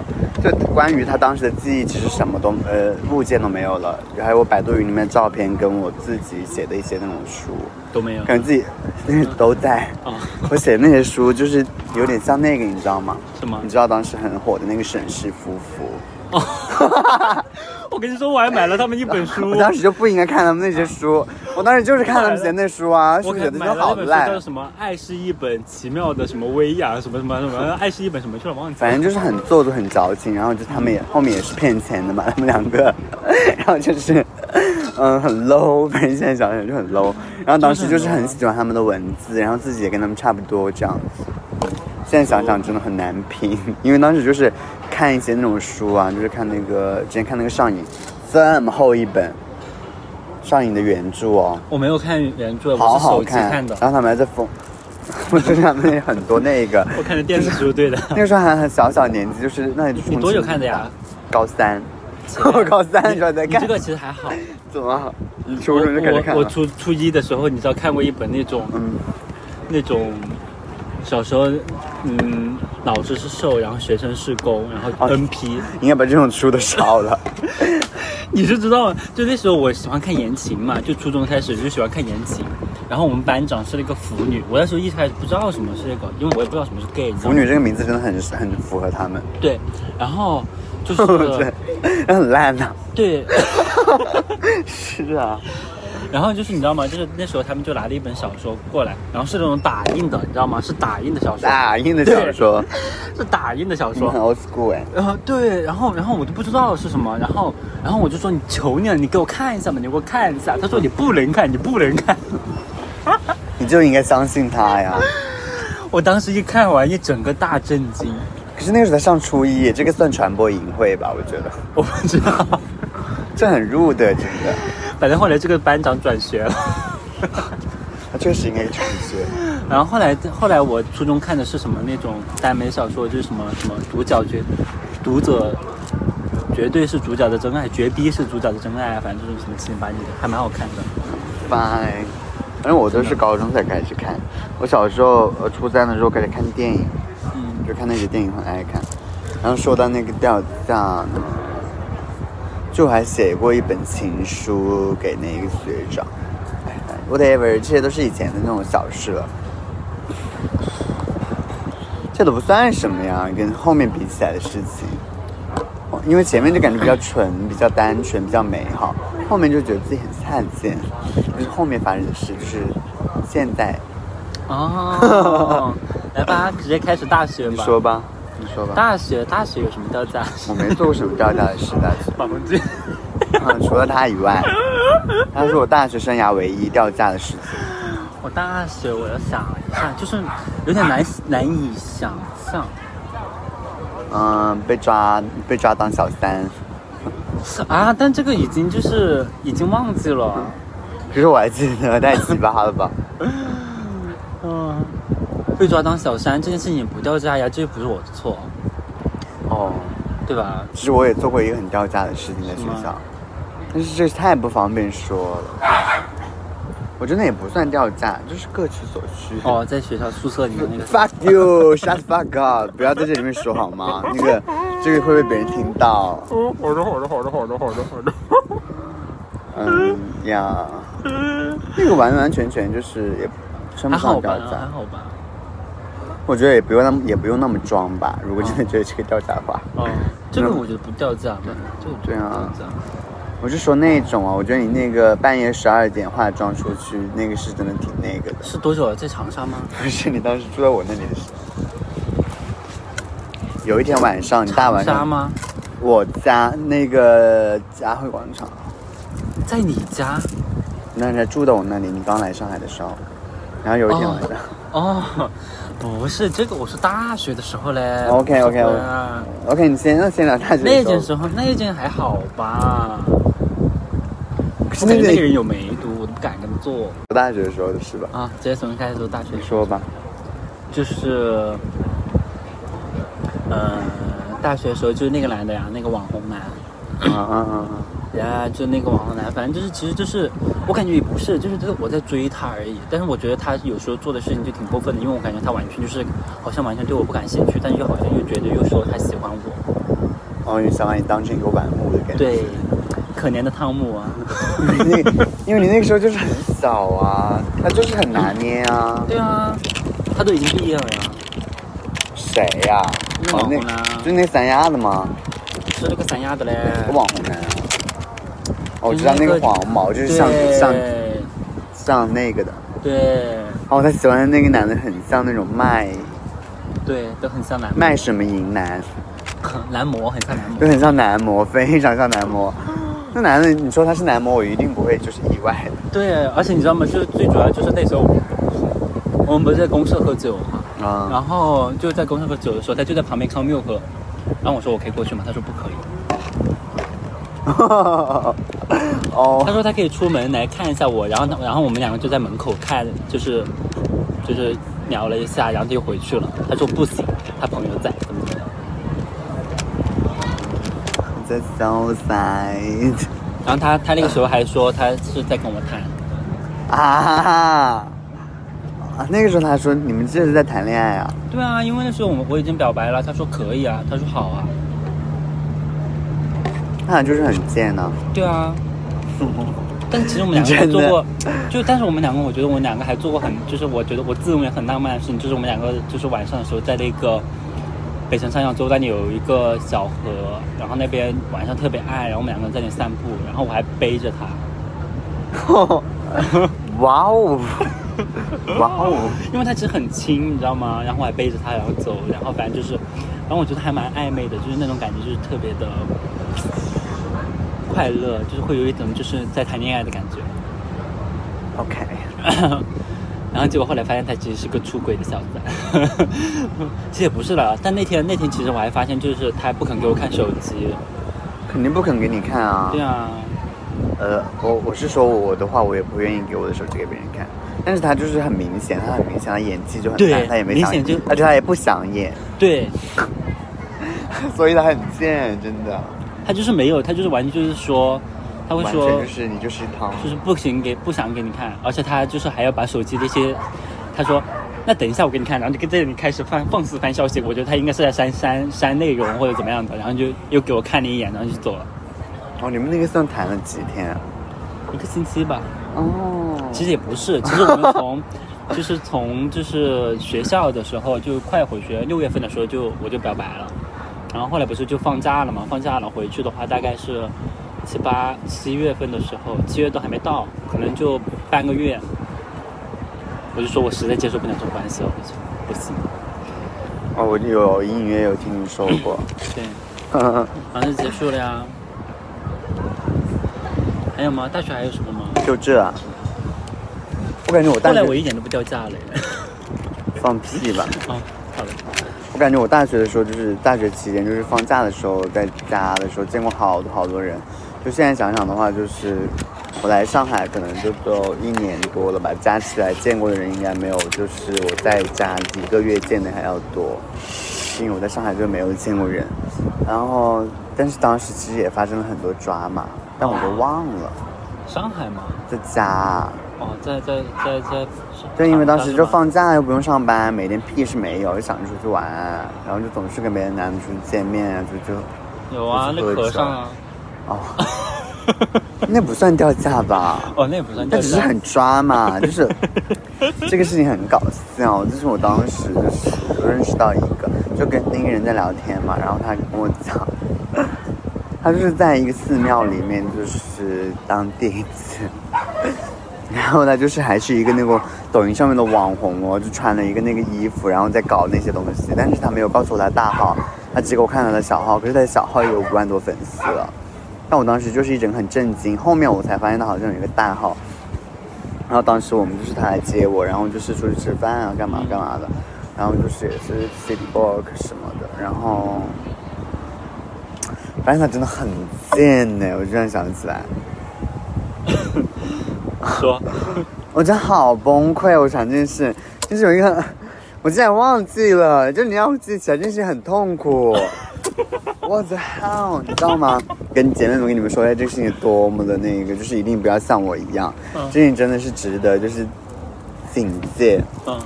[SPEAKER 1] 就关于他当时的记忆，其实什么都呃物件都没有了，还有我百度云里面的照片跟我自己写的一些那种书
[SPEAKER 2] 都没有，
[SPEAKER 1] 感觉自己那都在。
[SPEAKER 2] 啊、
[SPEAKER 1] 我写的那些书就是有点像那个，你知道吗？
[SPEAKER 2] 什么？
[SPEAKER 1] 你知道当时很火的那个沈氏夫妇。
[SPEAKER 2] 哦，我跟你说，我还买了他们一本 书。
[SPEAKER 1] 我当时就不应该看他们那些书，我当时就是看他们写那书啊，
[SPEAKER 2] 我
[SPEAKER 1] 觉得就好
[SPEAKER 2] 烂。叫什么？爱是一本奇妙的什么薇娅什么什么什么，爱是一本什么去了忘记。
[SPEAKER 1] 反正就是很做作、很矫情，然后就他们
[SPEAKER 2] 嗯
[SPEAKER 1] 也后面也是骗钱的嘛，他们两个，然后就是嗯很 low，反正现在想想就很 low。然后当时就是很喜欢他们的文字，然后自己也跟他们差不多这样子。现在想想真的很难拼，因为当时就是看一些那种书啊，就是看那个之前看那个上瘾，这么厚一本，上瘾的原著哦，
[SPEAKER 2] 我没有看原著，
[SPEAKER 1] 好好
[SPEAKER 2] 我是手机看的。
[SPEAKER 1] 然后他们还在疯， 我之前那很多那 个，
[SPEAKER 2] 我看的电子书 对的。
[SPEAKER 1] 那个时候还很小小年纪，就是那
[SPEAKER 2] 你多久看的呀？
[SPEAKER 1] 高三， 我高三的时候在看。
[SPEAKER 2] 这个其实还好。
[SPEAKER 1] 怎么？你初中就开始看
[SPEAKER 2] 我我初初一的时候，你知道看过一本那种，嗯、那种。小时候，嗯，老师是瘦，然后学生是攻，然后 NP，、
[SPEAKER 1] 哦、应该把这种书都烧了。
[SPEAKER 2] 你是知道，就那时候我喜欢看言情嘛，就初中开始就喜欢看言情。然后我们班长是那个腐女，我那时候一开始不知道什么是那个，因为我也不知道什么是 gay。
[SPEAKER 1] 腐女这个名字真的很很符合他们。
[SPEAKER 2] 对，然后就是
[SPEAKER 1] 很烂呐、啊。
[SPEAKER 2] 对，
[SPEAKER 1] 是啊。
[SPEAKER 2] 然后就是你知道吗？就是那时候他们就拿了一本小说过来，然后是那种打印的，你知道吗？是打印的小说，
[SPEAKER 1] 打印的小说，
[SPEAKER 2] 是打印的小
[SPEAKER 1] 你们
[SPEAKER 2] 说
[SPEAKER 1] 很。old school 哎。
[SPEAKER 2] 然后对，然后然后我就不知道是什么，然后然后我就说你求你了，你给我看一下嘛，你给我看一下。他说你不能看，你不能看。
[SPEAKER 1] 你就应该相信他呀。
[SPEAKER 2] 我当时一看完，一整个大震惊，
[SPEAKER 1] 可是那个时候才上初一，这个算传播淫秽吧？我觉得
[SPEAKER 2] 我不知道。
[SPEAKER 1] 这很入的，真的。
[SPEAKER 2] 反正后来这个班长转学了，
[SPEAKER 1] 他确实应该转学。
[SPEAKER 2] 然后后来后来我初中看的是什么那种耽美小说，就是什么什么主角绝读者绝对是主角的真爱，绝逼是主角的真爱啊，反正这种什么七零八零的，还蛮好看的。
[SPEAKER 1] 拜。反正我都是高中才开始看，我小时候呃初三的时候开始看电影，
[SPEAKER 2] 嗯，
[SPEAKER 1] 就看那些电影很爱看。然后说到那个掉价呢，就还写过一本情书给那个学长。哎，whatever，这些都是以前的那种小事了。这都不算什么呀，跟后面比起来的事情，哦因为前面就感觉比较纯、比较单纯、比较美好，后面就觉得自己很下贱，就是后面发生的事，就是现在
[SPEAKER 2] 哦，来吧，直接开始大学
[SPEAKER 1] 你
[SPEAKER 2] 吧。
[SPEAKER 1] 说吧，你说吧，
[SPEAKER 2] 大学大学有什么掉价？
[SPEAKER 1] 我没做过什么掉价的事，大学。
[SPEAKER 2] 绑文具。
[SPEAKER 1] 嗯，除了他以外，他是我大学生涯唯一掉价的事情。
[SPEAKER 2] 我大学我要想一下，就是有点 难难以想象。
[SPEAKER 1] 嗯，被抓被抓当小三，
[SPEAKER 2] 啊，但这个已经就是已经忘记了。
[SPEAKER 1] 可是我还记得太奇葩了吧？
[SPEAKER 2] 嗯，被抓当小三这件事情不掉价呀，这又不是我的错，
[SPEAKER 1] 哦，
[SPEAKER 2] 对吧？
[SPEAKER 1] 其实我也做过一个很掉价的事情在学
[SPEAKER 2] 是
[SPEAKER 1] 校
[SPEAKER 2] 吗，
[SPEAKER 1] 但是这太不方便说了。我真的也不算掉价，就是各取所需。
[SPEAKER 2] 哦，在学校宿舍里面 那个
[SPEAKER 1] Fuck you, shut the fuck up！不要在这里面说好吗？那个，这个会被别人听到。
[SPEAKER 2] 哦，好的，好的，好的，好的，好的，好的。
[SPEAKER 1] 嗯呀，那个完完全全就是也称
[SPEAKER 2] 还
[SPEAKER 1] 不上
[SPEAKER 2] 好吧
[SPEAKER 1] 掉，
[SPEAKER 2] 还
[SPEAKER 1] 价，
[SPEAKER 2] 好吧。
[SPEAKER 1] 我觉得也不用那么也不用那么装吧。如果真的觉得这个掉价的话，
[SPEAKER 2] 哦，嗯这个我觉得不掉价吧，这个不
[SPEAKER 1] 对
[SPEAKER 2] 掉
[SPEAKER 1] 啊
[SPEAKER 2] 价。
[SPEAKER 1] 我是说那种啊，我觉得你那个半夜十二点化妆出去，那个是真的挺那个的。
[SPEAKER 2] 是多久了？在长沙吗？
[SPEAKER 1] 不是你当时住在我那里的时候，有一天晚上，你大晚
[SPEAKER 2] 长沙
[SPEAKER 1] 上，
[SPEAKER 2] 吗？
[SPEAKER 1] 我家那个嘉汇广场，
[SPEAKER 2] 在你家？
[SPEAKER 1] 那人家住到我那里，你刚来上海的时候，然后有一天晚上，
[SPEAKER 2] 哦，不是这个，我是大学的时候嘞。
[SPEAKER 1] OK，OK，OK
[SPEAKER 2] 对啊
[SPEAKER 1] OK，你先那先聊大学
[SPEAKER 2] 那
[SPEAKER 1] 的
[SPEAKER 2] 件
[SPEAKER 1] 时
[SPEAKER 2] 时候，那件还好吧？
[SPEAKER 1] 候，可
[SPEAKER 2] 我
[SPEAKER 1] 是
[SPEAKER 2] 感觉那
[SPEAKER 1] 那
[SPEAKER 2] 个
[SPEAKER 1] 个
[SPEAKER 2] 人有梅毒，我都不敢跟他做
[SPEAKER 1] 我大学的时候的事吧？
[SPEAKER 2] 啊。直接从一开始做大学
[SPEAKER 1] 你说吧，
[SPEAKER 2] 就是，呃，大学的时候就是那个男的呀，那个网红男，
[SPEAKER 1] 嗯嗯嗯嗯，
[SPEAKER 2] 然后就那个网红男，反正就是其实就是我感觉也不是，就是这个我在追他而已。但是我觉得他有时候做的事情就挺过分的，因为我感觉他完全就是好像完全对我不感兴趣，但又好像又觉得又说他喜欢我。
[SPEAKER 1] 哦，你想把你当成一个玩物的感觉，
[SPEAKER 2] 对，可怜的汤姆啊，
[SPEAKER 1] 你 那，因为你那个时候就是很小啊，他就是很难捏啊。
[SPEAKER 2] 对啊，他都已经毕业了呀，
[SPEAKER 1] 谁呀、
[SPEAKER 2] 那
[SPEAKER 1] 哦
[SPEAKER 2] 网红啊
[SPEAKER 1] 那就那三亚的吗？
[SPEAKER 2] 是那个三亚的嘞，
[SPEAKER 1] 那网红男啊。哦，我知道那个黄毛，就是像
[SPEAKER 2] 对
[SPEAKER 1] 像像那个的。
[SPEAKER 2] 对
[SPEAKER 1] 哦，他喜欢的那个男的很像那种卖
[SPEAKER 2] 对，都很像男模
[SPEAKER 1] 卖什么淫男，
[SPEAKER 2] 男模，很像男模。
[SPEAKER 1] 就很像男模，非常像男模。那男的，你说他是男模，我一定不会就是意外的。
[SPEAKER 2] 对，而且你知道吗？就是最主要就是那时候，我们不是在公社喝酒嘛，
[SPEAKER 1] 啊、
[SPEAKER 2] 然后就在公社喝酒的时候，他就在旁边看 milk，然后我说我可以过去吗？他说不可以，他
[SPEAKER 1] 哦，
[SPEAKER 2] 说他可以出门来看一下我，然后然后我们两个就在门口看，就是就是聊了一下，然后他又回去了。他说不行，他朋友在，怎么怎么样。
[SPEAKER 1] 在 Southside
[SPEAKER 2] 然后他他那个时候还说他是在跟我谈，
[SPEAKER 1] 啊啊！那个时候他说你们这是在谈恋爱啊？
[SPEAKER 2] 对啊，因为那时候我们我已经表白了，他说可以啊，他说好啊，
[SPEAKER 1] 那俩就是很贱呢、
[SPEAKER 2] 对啊，但其实我们两个还做过，就但是我们两个，我觉得我们两个还做过很，就是我觉得我自认为很浪漫的事情，就是我们两个就是晚上的时候在那个北城上下周那里有一个小河，然后那边晚上特别暗，然后我们两个人在那里散步，然后我还背着他，
[SPEAKER 1] 哇哦，哇哦，
[SPEAKER 2] 因为他其实很轻，你知道吗？然后我还背着他，然后走，然后反正就是，然后我觉得还蛮暧昧的，就是那种感觉，就是特别的快乐，就是会有一种就是在谈恋爱的感觉。
[SPEAKER 1] ，OK，
[SPEAKER 2] 然后结果后来发现他其实是个出轨的小三， 其实也不是了。但那天那天其实我还发现，就是他不肯给我看手机。
[SPEAKER 1] 肯定不肯给你看啊。
[SPEAKER 2] 对啊，
[SPEAKER 1] 呃，我我是说我的话，我也不愿意给我的手机给别人看。但是他就是很明显，他很明显，他演技就很
[SPEAKER 2] 对
[SPEAKER 1] 烂，他也没
[SPEAKER 2] 明
[SPEAKER 1] 想
[SPEAKER 2] 显就
[SPEAKER 1] 而且他也不想演，
[SPEAKER 2] 对
[SPEAKER 1] 所以他很贱，真的。
[SPEAKER 2] 他就是没有，他就是完全就是说，他会
[SPEAKER 1] 完
[SPEAKER 2] 说
[SPEAKER 1] 全就是你就是一套，
[SPEAKER 2] 就是不行给不想给你看，而且他就是还要把手机的一些，他说那等一下我给你看，然后就跟这里开始放放肆翻消息，我觉得他应该是在删删删内容或者怎么样的，然后就又给我看了一眼，然后就走了，
[SPEAKER 1] 哦，你们那个算谈了几天啊？
[SPEAKER 2] 一个星期吧，
[SPEAKER 1] 哦，
[SPEAKER 2] 其实也不是，其实我们从就是从就是学校的时候就快回学，六月份的时候就我就表白了，然后后来不是就放假了嘛，放假了回去的话大概是七八七月份的时候，七月都还没到，可能就半个月，我就说我实在接受不了这种关系了，我就不行，
[SPEAKER 1] 哦，我就有隐隐约有听你说过，
[SPEAKER 2] 对，然后就结束了呀。还有吗？大学还有什么吗？
[SPEAKER 1] 就这啊。我感觉我
[SPEAKER 2] 后
[SPEAKER 1] 大
[SPEAKER 2] 来我
[SPEAKER 1] 学
[SPEAKER 2] 一点都不掉价了。
[SPEAKER 1] 放屁吧。
[SPEAKER 2] 哦，好了，
[SPEAKER 1] 我感觉我大学的时候，就是大学期间，就是放假的时候，在家的时候见过好多好多人。就现在想想的话，就是我来上海可能就都有一年多了吧，加起来见过的人应该没有，就是我在家一个月见的还要多，因为我在上海就没有见过人。然后，但是当时其实也发生了很多抓马，但我都忘了，
[SPEAKER 2] 上海吗？
[SPEAKER 1] 在家。
[SPEAKER 2] 哦，在在在在。
[SPEAKER 1] 对，因为当时就
[SPEAKER 2] 上海吗。
[SPEAKER 1] 放假又不用上班，每天屁是没有，就想着出去玩，然后就总是跟别的男的出去见面啊，就就
[SPEAKER 2] 有啊，那
[SPEAKER 1] 就是
[SPEAKER 2] 和尚啊。
[SPEAKER 1] 哦， 那不算掉价吧？
[SPEAKER 2] 哦，那也不算
[SPEAKER 1] 那
[SPEAKER 2] 掉
[SPEAKER 1] 只是
[SPEAKER 2] 价。
[SPEAKER 1] 很抓嘛，就是这个事情很搞笑。就是我当时就是我认识到一个，就跟那个人在聊天嘛，然后他跟我讲，他就是在一个寺庙里面就是当弟子，然后他就是还是一个那个抖音上面的网红哦，就穿了一个那个衣服，然后在搞那些东西，但是他没有告诉我他大号，他只给我看了他的小号，可是他的小号也有五万多粉丝了。但我当时就是一整个很震惊，后面我才发现他好像有一个大号。然后当时我们就是他来接我，然后就是出去吃饭啊，干嘛干嘛的，然后就是也是 city walk 什么的，然后发现他真的很贱呢，我突然想起来，
[SPEAKER 2] 说，
[SPEAKER 1] 我真的好崩溃，我想这件事，就是有一个， 我竟然忘记了，就你让我记起来，这件事很痛苦。What the hell，你知道吗？跟姐妹们跟你们说一下，哎这个事情有多么的那个，就是一定不要像我一样，
[SPEAKER 2] 嗯
[SPEAKER 1] 这件事真的是值得就是警戒。
[SPEAKER 2] 嗯，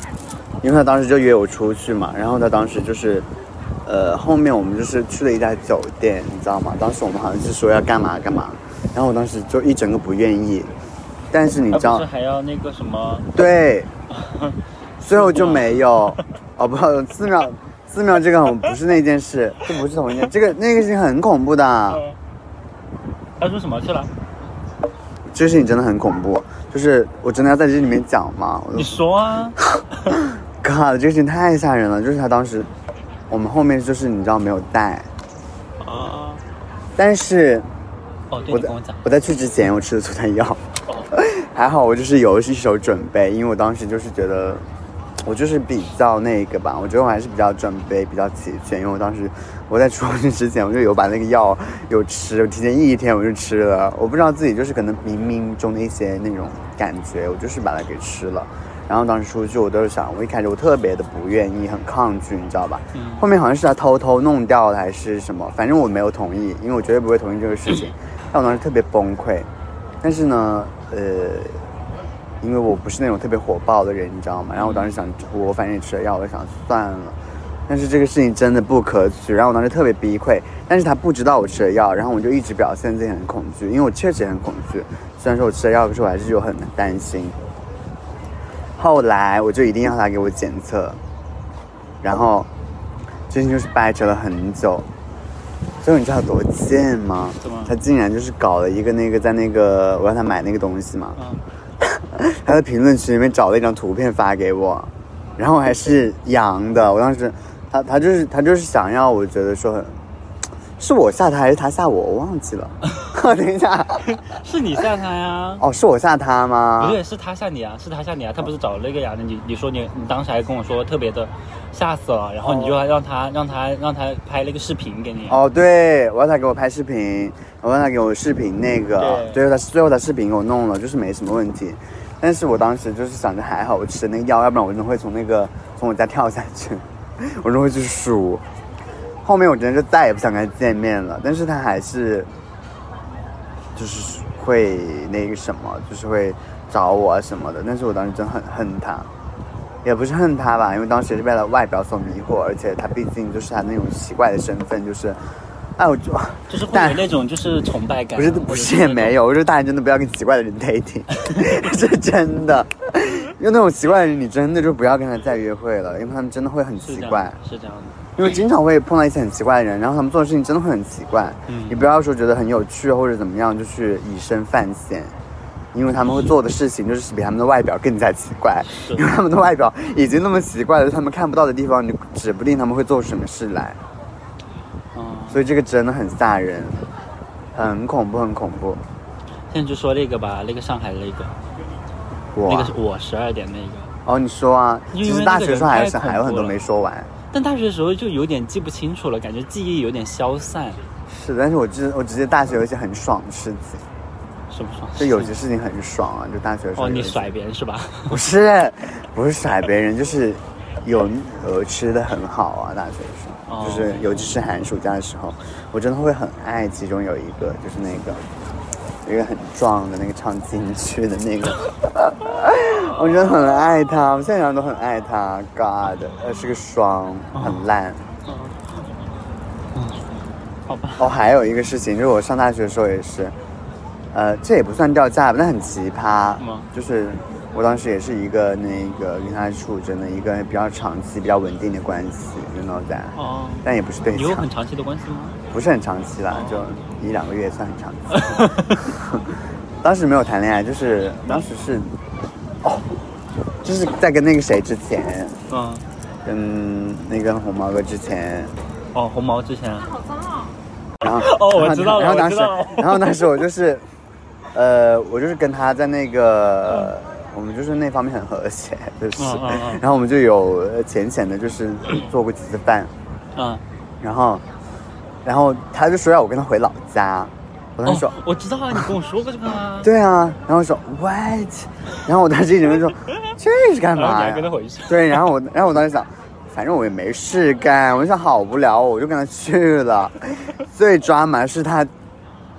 [SPEAKER 1] 因为他当时就约我出去嘛，然后他当时就是，呃，后面我们就是去了一家酒店，你知道吗？当时我们好像是说要干嘛干嘛，然后我当时就一整个不愿意，但是你
[SPEAKER 2] 他
[SPEAKER 1] 知
[SPEAKER 2] 不
[SPEAKER 1] 道
[SPEAKER 2] 是，还要那个什么？
[SPEAKER 1] 对，最后就没有，哦不，寺庙寺庙这个很不是那件事，这不是同一件，这个那个事情很恐怖的。
[SPEAKER 2] 嗯他啊说什么去了？
[SPEAKER 1] 这个事情真的很恐怖，就是我真的要在这里面讲吗？我
[SPEAKER 2] 你 说啊。
[SPEAKER 1] God，这个事情太吓人了。就是他当时，我们后面就是你知道没有带，
[SPEAKER 2] 啊。
[SPEAKER 1] 但是
[SPEAKER 2] 哦，对，
[SPEAKER 1] 我
[SPEAKER 2] 你
[SPEAKER 1] 在
[SPEAKER 2] 跟我讲。
[SPEAKER 1] 我在去之前我吃了促餐药，
[SPEAKER 2] 哦，
[SPEAKER 1] 还好我就是有一手准备，因为我当时就是觉得。我就是比较那个吧，我觉得我还是比较准备比较齐全，因为我当时我在出去之前我就有把那个药有吃，我提前一天我就吃了，我不知道自己就是可能冥冥中的一些那种感觉，我就是把它给吃了。然后当时出去我都是想，我一开始我特别的不愿意，很抗拒，你知道吧？
[SPEAKER 2] 嗯
[SPEAKER 1] 后面好像是他偷偷弄掉的还是什么，反正我没有同意，因为我绝对不会同意这个事情。但我当时特别崩溃，但是呢，呃，因为我不是那种特别火爆的人，你知道吗？然后我当时想，我反正也吃了药，我就想算了。但是这个事情真的不可取，然后我当时特别崩溃。但是他不知道我吃了药，然后我就一直表现自己很恐惧，因为我确实很恐惧。虽然说我吃了药，可是我还是有很担心。后来我就一定要他给我检测，然后这件事就是掰扯了很久。所以你知道多贱吗
[SPEAKER 2] 怎么？
[SPEAKER 1] 他竟然就是搞了一个那个在那个我让他买那个东西嘛，
[SPEAKER 2] 嗯，
[SPEAKER 1] 他在评论区里面找了一张图片发给我，然后还是羊的。我当时，他他就是他就是想要，我觉得说很，是我吓他还是他吓我，我忘记了。 等一下，
[SPEAKER 2] 是你吓他 呀？
[SPEAKER 1] 哦，是我吓他吗
[SPEAKER 2] 不？对，是他吓你啊，是他吓你啊，他不是找了一个呀？你你说你你当时还跟我说特别的吓死了，然后你就让他让他让他拍了一个视频给你。
[SPEAKER 1] 哦，对，我让他给我拍视频，我让他给我视频那个，
[SPEAKER 2] 对
[SPEAKER 1] 最后他最后他视频给我弄了，就是没什么问题。但是我当时就是想着还好我吃那个药，要不然我真的会从那个从我家跳下去， 我真的会去数。后面我真的是再也不想跟他见面了，但是他还是就是会那个什么，就是会找我啊什么的。但是我当时真的很恨他，也不是恨他吧，因为当时也是被他的外表所迷惑，而且他毕竟就是他那种奇怪的身份，就是，哎，我就
[SPEAKER 2] 就是会
[SPEAKER 1] 但
[SPEAKER 2] 有那种就是崇拜感，啊
[SPEAKER 1] 不是
[SPEAKER 2] 或者
[SPEAKER 1] 不是也
[SPEAKER 2] 那种
[SPEAKER 1] 没有，我说大家真的不要跟奇怪的人 dating，是 真的，因为那种奇怪的人，你真的就不要跟他再约会了，因为他们真的会很
[SPEAKER 2] 是
[SPEAKER 1] 奇
[SPEAKER 2] 这
[SPEAKER 1] 怪
[SPEAKER 2] 样，，是这样的，
[SPEAKER 1] 因为经常会碰到一些很奇怪的人，然后他们做的事情真的会很奇怪，
[SPEAKER 2] 嗯
[SPEAKER 1] 你不要说觉得很有趣或者怎么样，就是以身犯险。因为他们会做的事情，就是比他们的外表更加奇怪。
[SPEAKER 2] 是
[SPEAKER 1] 因为他们的外表已经那么奇怪了，他们看不到的地方，你指不定他们会做出什么事来。
[SPEAKER 2] 嗯。
[SPEAKER 1] 所以这个真的很吓人，很恐怖，很恐怖。
[SPEAKER 2] 现在就说那个吧，那个上海的那个，
[SPEAKER 1] 哇
[SPEAKER 2] 那个是我十二点那个。
[SPEAKER 1] 哦，你说啊，
[SPEAKER 2] 因
[SPEAKER 1] 其
[SPEAKER 2] 为
[SPEAKER 1] 实
[SPEAKER 2] 那
[SPEAKER 1] 大
[SPEAKER 2] 个
[SPEAKER 1] 学
[SPEAKER 2] 人
[SPEAKER 1] 时候还
[SPEAKER 2] 太
[SPEAKER 1] 是
[SPEAKER 2] 恐
[SPEAKER 1] 还有很
[SPEAKER 2] 怖
[SPEAKER 1] 多
[SPEAKER 2] 了
[SPEAKER 1] 没说完，
[SPEAKER 2] 但大学的时候就有点记不清楚了，感觉记忆有点消散，
[SPEAKER 1] 是，但是我记得我只记得大学有一些很爽的事情，
[SPEAKER 2] 是不是？
[SPEAKER 1] 就有些事情很爽啊，就大学的时候
[SPEAKER 2] 哦，
[SPEAKER 1] 有一
[SPEAKER 2] 你
[SPEAKER 1] 些
[SPEAKER 2] 甩别人是吧？
[SPEAKER 1] 不是不是甩别人，就是有呃吃的很好啊，大学的时候，
[SPEAKER 2] 哦
[SPEAKER 1] 就是尤其是寒暑假的时候，我真的会很爱其中有一个就是那个。有一个很壮的那个唱京剧的那个， 我真的很爱他，我现在想都很爱他。God，呃，是个双，很烂。
[SPEAKER 2] 嗯好吧，
[SPEAKER 1] 哦，还有一个事情，就是我上大学的时候也是，呃，这也不算掉价吧，但很奇葩
[SPEAKER 2] 什么，
[SPEAKER 1] 就是我当时也是一个那个跟他处真的一个比较长期、比较稳定的关系，you know that，、
[SPEAKER 2] 哦，
[SPEAKER 1] 但也不是对
[SPEAKER 2] 你有
[SPEAKER 1] 象
[SPEAKER 2] 很，长期的关系吗？
[SPEAKER 1] 不是很长期啦，就一两个月算很长期。当时没有谈恋爱，就是当时是，哦，就是在跟那个谁之前，
[SPEAKER 2] 嗯，
[SPEAKER 1] 跟那个红毛哥之前，
[SPEAKER 2] 哦，红毛之前，
[SPEAKER 3] 啊
[SPEAKER 1] 然后
[SPEAKER 2] 哦我知道了
[SPEAKER 1] 然后
[SPEAKER 2] 我
[SPEAKER 1] 当
[SPEAKER 2] 知
[SPEAKER 1] 时
[SPEAKER 2] 道了，
[SPEAKER 1] 然后当时我就是，呃，我就是跟他在那个，我们就是那方面很和谐，就是
[SPEAKER 2] 嗯嗯嗯，
[SPEAKER 1] 然后我们就有呃浅浅的，就是做过几次饭，
[SPEAKER 2] 嗯，
[SPEAKER 1] 然后，然后他就说要我跟他回老家，我当时说
[SPEAKER 2] 哦，我知道啊，你跟我说过这个啊，
[SPEAKER 1] 对啊，然后说 what，然后我当时一整个 说这是干
[SPEAKER 2] 然后你
[SPEAKER 1] 嘛
[SPEAKER 2] 还
[SPEAKER 1] 呀
[SPEAKER 2] 跟他？回去，
[SPEAKER 1] 对，然后我，然后我当时想，反正我也没事干，我就想好无聊哦，我就跟他去 了。最抓马是他，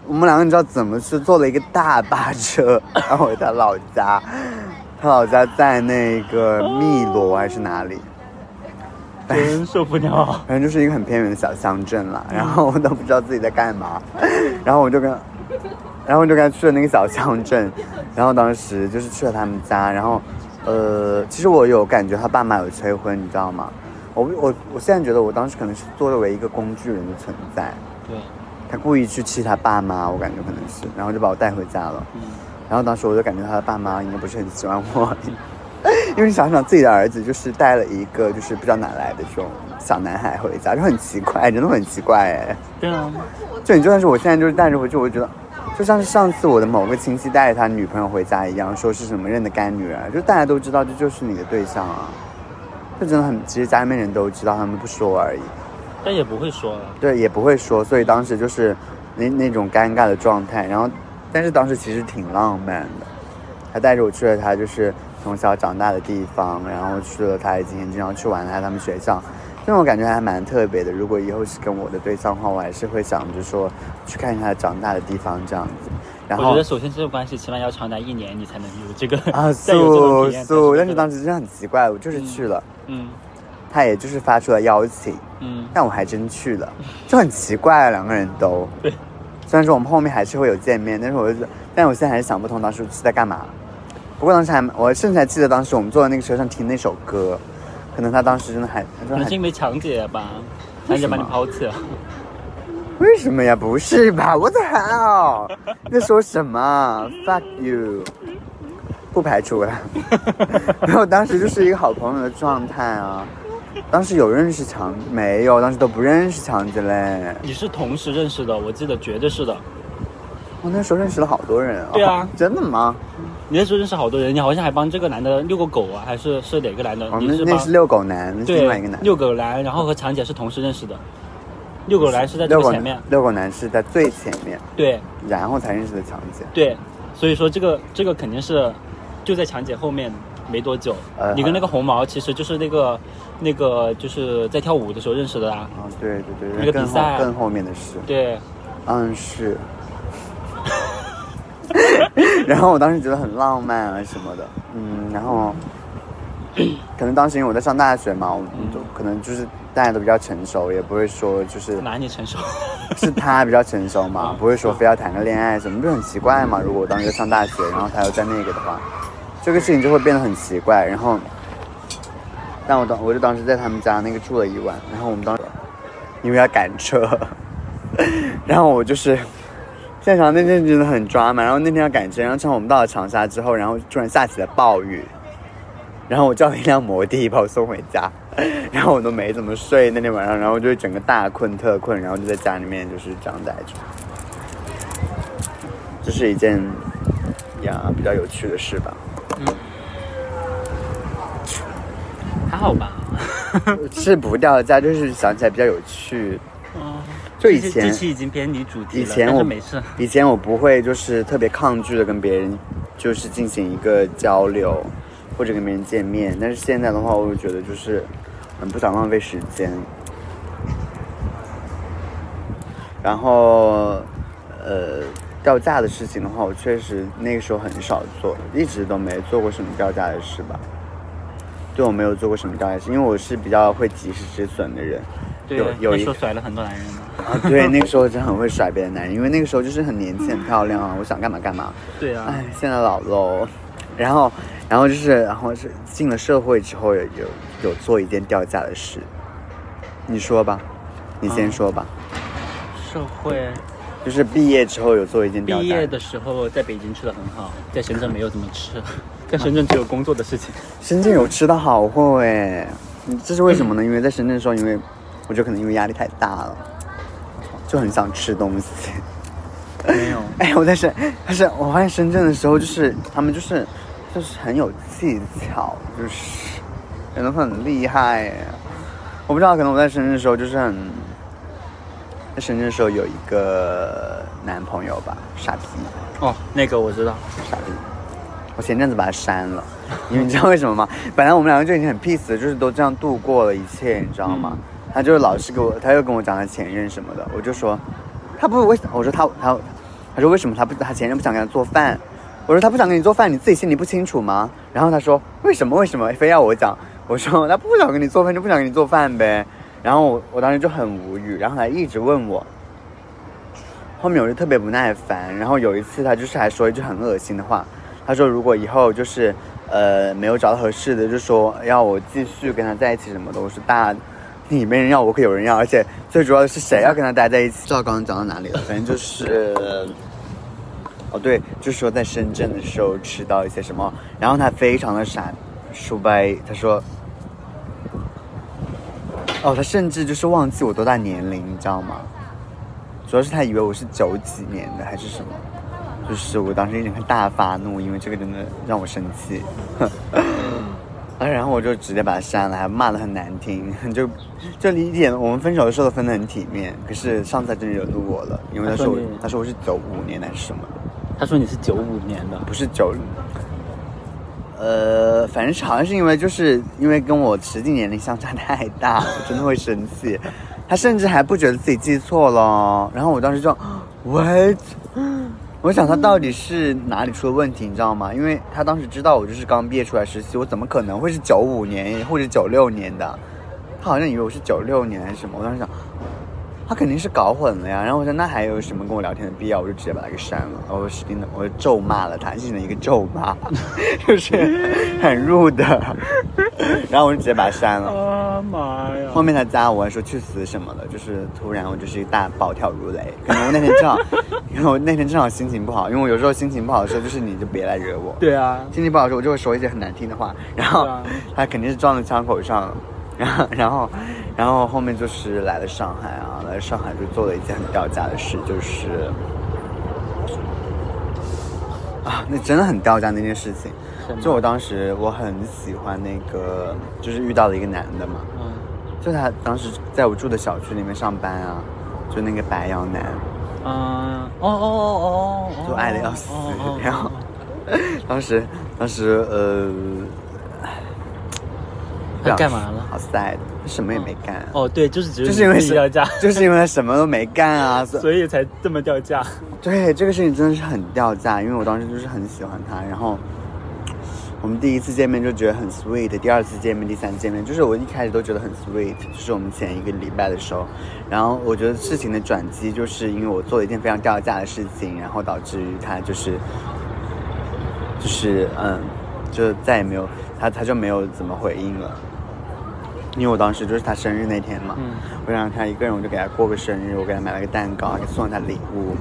[SPEAKER 1] 我们两个你知道怎么去？坐了一个大巴车，然后回他老家，他老家在那个汨罗还是哪里？
[SPEAKER 2] 真受不了。
[SPEAKER 1] 反正就是一个很偏远的小乡镇了，然后我都不知道自己在干嘛， 然后我就跟，然后我就跟他去了那个小乡镇，然后当时就是去了他们家，然后，呃，其实我有感觉他爸妈有催婚，你知道吗？我我我现在觉得我当时可能是作为一个工具人的存在，
[SPEAKER 2] 对，
[SPEAKER 1] 他故意去气他爸妈，我感觉可能是，然后就把我带回家了。
[SPEAKER 2] 嗯，
[SPEAKER 1] 然后当时我就感觉他的爸妈应该不是很喜欢我，因为你想想自己的儿子就是带了一个就是不知道哪来的这种小男孩回家，就很奇怪，真的很奇怪哎。
[SPEAKER 2] 对啊，
[SPEAKER 1] 就你就算是我现在就是带着回去，我就觉得就像是上次我的某个亲戚带着他女朋友回家一样，说是什么认的干女儿，就大家都知道这就是你的对象啊，这真的很，其实家里面人都知道，他们不说而已。
[SPEAKER 2] 但也不会说了。
[SPEAKER 1] 对，也不会说，所以当时就是那那种尴尬的状态。然后，但是当时其实挺浪漫的，他带着我去了他就是从小长大的地方，然后去了他以前经常去玩的他们学校，那种感觉还蛮特别的。如果以后是跟我的对象的话，我还是会想着说去看一下他长大的地方这样子。然
[SPEAKER 2] 我
[SPEAKER 1] 后
[SPEAKER 2] 觉得首先这段关系起码要长达一年，你才能有这个
[SPEAKER 1] 啊，
[SPEAKER 2] 再有这种
[SPEAKER 1] 素
[SPEAKER 2] 体验。
[SPEAKER 1] 素，但是
[SPEAKER 2] 时，
[SPEAKER 1] 当时真的很奇怪，我就是去了，
[SPEAKER 2] 嗯
[SPEAKER 1] 他也就是发出了邀请。
[SPEAKER 2] 嗯，
[SPEAKER 1] 但我还真去了，就很奇怪、啊，两个人都。
[SPEAKER 2] 对。
[SPEAKER 1] 虽然说我们后面还是会有见面，但是我就觉得，但我现在还是想不通当时是在干嘛。不过当时还蛮，我甚至还记得当时我们坐在那个车上听那首歌，可能他当时真的还，他
[SPEAKER 2] 可
[SPEAKER 1] 说
[SPEAKER 2] 能是
[SPEAKER 1] 还
[SPEAKER 2] 因为强姐吧，强姐把你抛弃了。
[SPEAKER 1] 为什么呀？不是吧？What the hell？你在说什么？Fuck you！不排除了。然后当时就是一个好朋友的状态啊。当时有认识强没有？当时都不认识强子嘞。
[SPEAKER 2] 你是同时认识的，我记得绝对是的。
[SPEAKER 1] 我、那时候认识了好多人啊。
[SPEAKER 2] 对啊
[SPEAKER 1] 真的吗？
[SPEAKER 2] 你那时候认识好多人，你好像还帮这个男的遛过狗啊，还是是哪个男的？
[SPEAKER 1] 我
[SPEAKER 2] 你
[SPEAKER 1] 们
[SPEAKER 2] 嗯哦是
[SPEAKER 1] 哦那
[SPEAKER 2] 帮
[SPEAKER 1] 是遛狗男，那是另外一个
[SPEAKER 2] 对
[SPEAKER 1] 男。
[SPEAKER 2] 遛狗男，然后和常姐是同时认识的。遛狗男是在这
[SPEAKER 1] 遛狗
[SPEAKER 2] 个前面，
[SPEAKER 1] 遛狗男是在最前面，
[SPEAKER 2] 对
[SPEAKER 1] 然后才认识的强姐。
[SPEAKER 2] 对，所以说这个这个肯定是就在强姐后面没多久。
[SPEAKER 1] 呃
[SPEAKER 2] 你跟那个红毛其实就是那个那个就是在跳舞的时候认识的啦。
[SPEAKER 1] 啊，对对对，
[SPEAKER 2] 那个
[SPEAKER 1] 更
[SPEAKER 2] 比
[SPEAKER 1] 后
[SPEAKER 2] 赛啊
[SPEAKER 1] 更后面的事。
[SPEAKER 2] 对，
[SPEAKER 1] 嗯，是。 然后我当时觉得很浪漫啊什么的，嗯，然后可能当时因为我在上大学嘛，我们就可能就是大家都比较成熟，也不会说就是
[SPEAKER 2] 哪里成熟？
[SPEAKER 1] 是他比较成熟嘛
[SPEAKER 2] 嗯，
[SPEAKER 1] 不会说非要谈个恋爱什么，不是很奇怪嘛？如果我当时上大学，然后他又在那个的话，这个事情就会变得很奇怪。然后，但我当我就当时在他们家那个住了一晚，然后我们当时因为要赶车， 然后我就是现场那天真的很抓嘛，然后那天要赶车，然后正好我们到了长沙之后，然后突然下起了暴雨，然后我叫了一辆摩的把我送回家， 然后我都没怎么睡那天晚上，然后就整个大困特困，然后就在家里面就是这样待着。这是一件呀比较有趣的事吧？
[SPEAKER 2] 还好 吧。
[SPEAKER 1] 是不掉价，就是想起来比较有趣。
[SPEAKER 2] 嗯，
[SPEAKER 1] 就以
[SPEAKER 2] 这期
[SPEAKER 1] 前
[SPEAKER 2] 这期已经偏离主题
[SPEAKER 1] 以
[SPEAKER 2] 了，
[SPEAKER 1] 前
[SPEAKER 2] 但
[SPEAKER 1] 我
[SPEAKER 2] 是没事。
[SPEAKER 1] 以前我不会就是特别抗拒的跟别人就是进行一个交流，或者跟别人见面，但是现在的话，我就觉得就是很不想浪费时间。然后，呃，掉价的事情的话，我确实那个时候很少做，一直都没做过什么掉价的事吧。对我没有做过什么掉价的事，因为我是比较会及时止损的人。
[SPEAKER 2] 对
[SPEAKER 1] 有，有
[SPEAKER 2] 那
[SPEAKER 1] 一
[SPEAKER 2] 时候甩了很多男人嘛。
[SPEAKER 1] 啊，对，那个时候真的很会甩别的男人，因为那个时候就是很年轻、很漂亮啊，我想干嘛干嘛。
[SPEAKER 2] 对啊。
[SPEAKER 1] 哎，现在老喽，然后，然后就是，然后是进了社会之后有有有做一件掉价的事，你说吧，你
[SPEAKER 2] 嗯
[SPEAKER 1] 先说吧，
[SPEAKER 2] 社会
[SPEAKER 1] 就是毕业之后有做一件掉价。
[SPEAKER 2] 毕业的时候在北京吃的很好，在深圳没有怎么吃，在深圳只有工作的事情。
[SPEAKER 1] 深圳有吃的好货哎，你这是为什么呢？因为在深圳的时候，因为我觉得可能因为压力太大了，就很想吃东西。
[SPEAKER 2] 没有，
[SPEAKER 1] 哎，我在深，但是我发现深圳的时候，就是他们就是就是很有技巧，就是人都很厉害耶。我不知道，可能我在深圳的时候就是很，在深圳的时候有一个男朋友吧，傻逼，
[SPEAKER 2] 哦，那个我知道，
[SPEAKER 1] 傻逼。我前阵子把他删了，因为你知道为什么吗？本来我们两个就已经很 peace，了就是都这样度过了一切，你知道吗？他就是老是给我，他又跟我讲他前任什么的，我就说他不为什，我说他他他说为什么他不他前任不想给他做饭？我说他不想给你做饭，你自己心里不清楚吗？然后他说为什么为什么非要我讲？我说他不想给你做饭就不想给你做饭呗。然后我我当时就很无语，然后他一直问我，后面我就特别不耐烦，然后有一次他就是还说一句很恶心的话，他说如果以后就是呃没有找到合适的，就说要我继续跟他在一起什么的。我说大，你没人要，我可有人要，而且最主要的是谁要跟他待在一起？不知道刚刚讲到哪里了，反正就是。哦，对，就说在深圳的时候吃到一些什么，然后他非常的傻，舒白，他说，哦，他甚至就是忘记我多大年龄，你知道吗？主要是他以为我是九几年的还是什么，就是我当时一整个大发怒，因为这个真的让我生气， 啊，然后我就直接把他删了，还骂得很难听， 就就一点我们分手的时候都分得很体面，可是上次他真的惹怒我了，因为他
[SPEAKER 2] 他啊说
[SPEAKER 1] 说我
[SPEAKER 2] 你
[SPEAKER 1] 他说我是九五年的还是什么的。
[SPEAKER 2] 他说你是九五年的，
[SPEAKER 1] 不是九，呃，反正是好像是因为就是因为跟我实际年龄相差太大， 我真的会生气。他甚至还不觉得自己记错了，然后我当时就 what？我想他到底是哪里出了问题，你知道吗？因为他当时知道我就是刚毕业出来实习，我怎么可能会是九五年或者九六年的？他好像以为我是九六年还是什么，我当时想，他肯定是搞混了呀。然后我说那还有什么跟我聊天的必要？我就直接把他给删了。然后我是真的， 我就咒骂了他，进行了一个咒骂，就是很 rude 的。然后我就直接把他删了。
[SPEAKER 2] 啊妈呀！
[SPEAKER 1] 后面他加我还说去死什么的，就是突然我就是一大暴跳如雷。可能我那天正好， 因为我那天正好心情不好，因为我有时候心情不好的时候，就是你就别来惹我。
[SPEAKER 2] 对啊，
[SPEAKER 1] 心情不好的时候，我就会说一些很难听的话，然后
[SPEAKER 2] 对啊
[SPEAKER 1] 他肯定是撞在枪口上了。然后，然后，然后后面就是来了上海啊，来了上海就做了一件很掉价的事，就是啊，那真的很掉价那件事情
[SPEAKER 2] 什。么
[SPEAKER 1] 就我当时我很喜欢那个，就是遇到了一个男的嘛，
[SPEAKER 2] 嗯，
[SPEAKER 1] 就他当时在我住的小区里面上班啊，就那个白羊男，
[SPEAKER 2] 啊，哦哦哦哦，
[SPEAKER 1] 就爱的要死。然后
[SPEAKER 2] 哦
[SPEAKER 1] 当时当时呃，
[SPEAKER 2] 他干嘛了
[SPEAKER 1] 好 sad，什么也没干，啊
[SPEAKER 2] 哦，对，就是只
[SPEAKER 1] 就是因为
[SPEAKER 2] 你自己
[SPEAKER 1] 什
[SPEAKER 2] 掉价，
[SPEAKER 1] 就是因为他什么都没干啊。所以
[SPEAKER 2] 所以才这么掉价。
[SPEAKER 1] 对这个事情真的是很掉价，因为我当时就是很喜欢他，然后。我们第一次见面就觉得很 sweet，第二次见面、第三次见面，就是我一开始都觉得很 sweet，就是我们前一个礼拜的时候，然后我觉得事情的转机就是因为我做了一件非常掉价的事情，然后导致于他就是，就是嗯，就再也没有他，他就没有怎么回应了。因为我当时就是他生日那天嘛，
[SPEAKER 2] 嗯
[SPEAKER 1] 我想让他一个人，我就给他过个生日，我给他买了个蛋糕，还送了他礼物，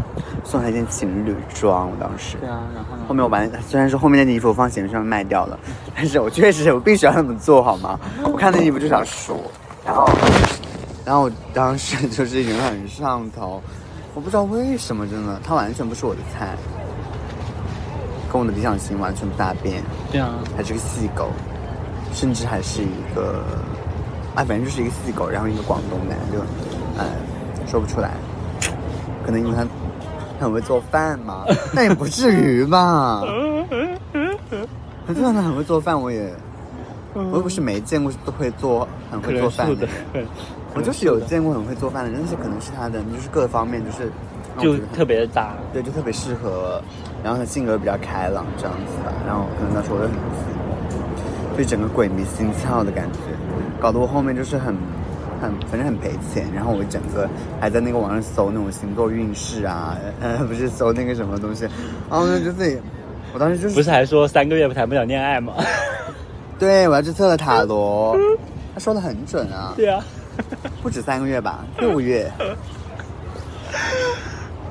[SPEAKER 1] 送了他一件情侣装，我当时。
[SPEAKER 2] 对啊，然后呢嗯
[SPEAKER 1] 后？面我把那虽然说后面那件衣服我放闲鱼上面卖掉了，但是我确实我必须要那么做好吗？我看那衣服就想说，然后，然后我当时就是已经很上头，我不知道为什么真的，它完全不是我的菜，跟我的理想型完全不搭边，
[SPEAKER 2] 对啊，
[SPEAKER 1] 还是个细狗，甚至还是一个，啊，反正就是一个细狗，然后一个广东男，就，呃，说不出来，可能因为他他很会做饭嘛， 但也不至于吧。我就算他很会做饭，我也，我又不是没见过会做很
[SPEAKER 2] 可
[SPEAKER 1] 会做
[SPEAKER 2] 能
[SPEAKER 1] 饭
[SPEAKER 2] 素
[SPEAKER 1] 的
[SPEAKER 2] 的
[SPEAKER 1] 人，，
[SPEAKER 2] 可
[SPEAKER 1] 我
[SPEAKER 2] 能
[SPEAKER 1] 就是有
[SPEAKER 2] 素的
[SPEAKER 1] 见过很会做饭的人，但是可能是他的就是各方面就是让我
[SPEAKER 2] 就
[SPEAKER 1] 觉得很
[SPEAKER 2] 特别的大。
[SPEAKER 1] 对，就特别适合，然后他性格比较开朗这样子吧，然后可能那时候我就很自，就整个鬼迷心窍的感觉，搞得我后面就是很很反正很赔钱，然后我整个还在那个网上搜那种星座运势啊，呃不是搜那个什么东西，然后我就觉得自己，我当时就是
[SPEAKER 2] 不是还说三个月谈不了恋爱 吗？
[SPEAKER 1] 对我还去测了塔罗，他说的很准啊，
[SPEAKER 2] 对啊，
[SPEAKER 1] 不止三个月吧，六个月。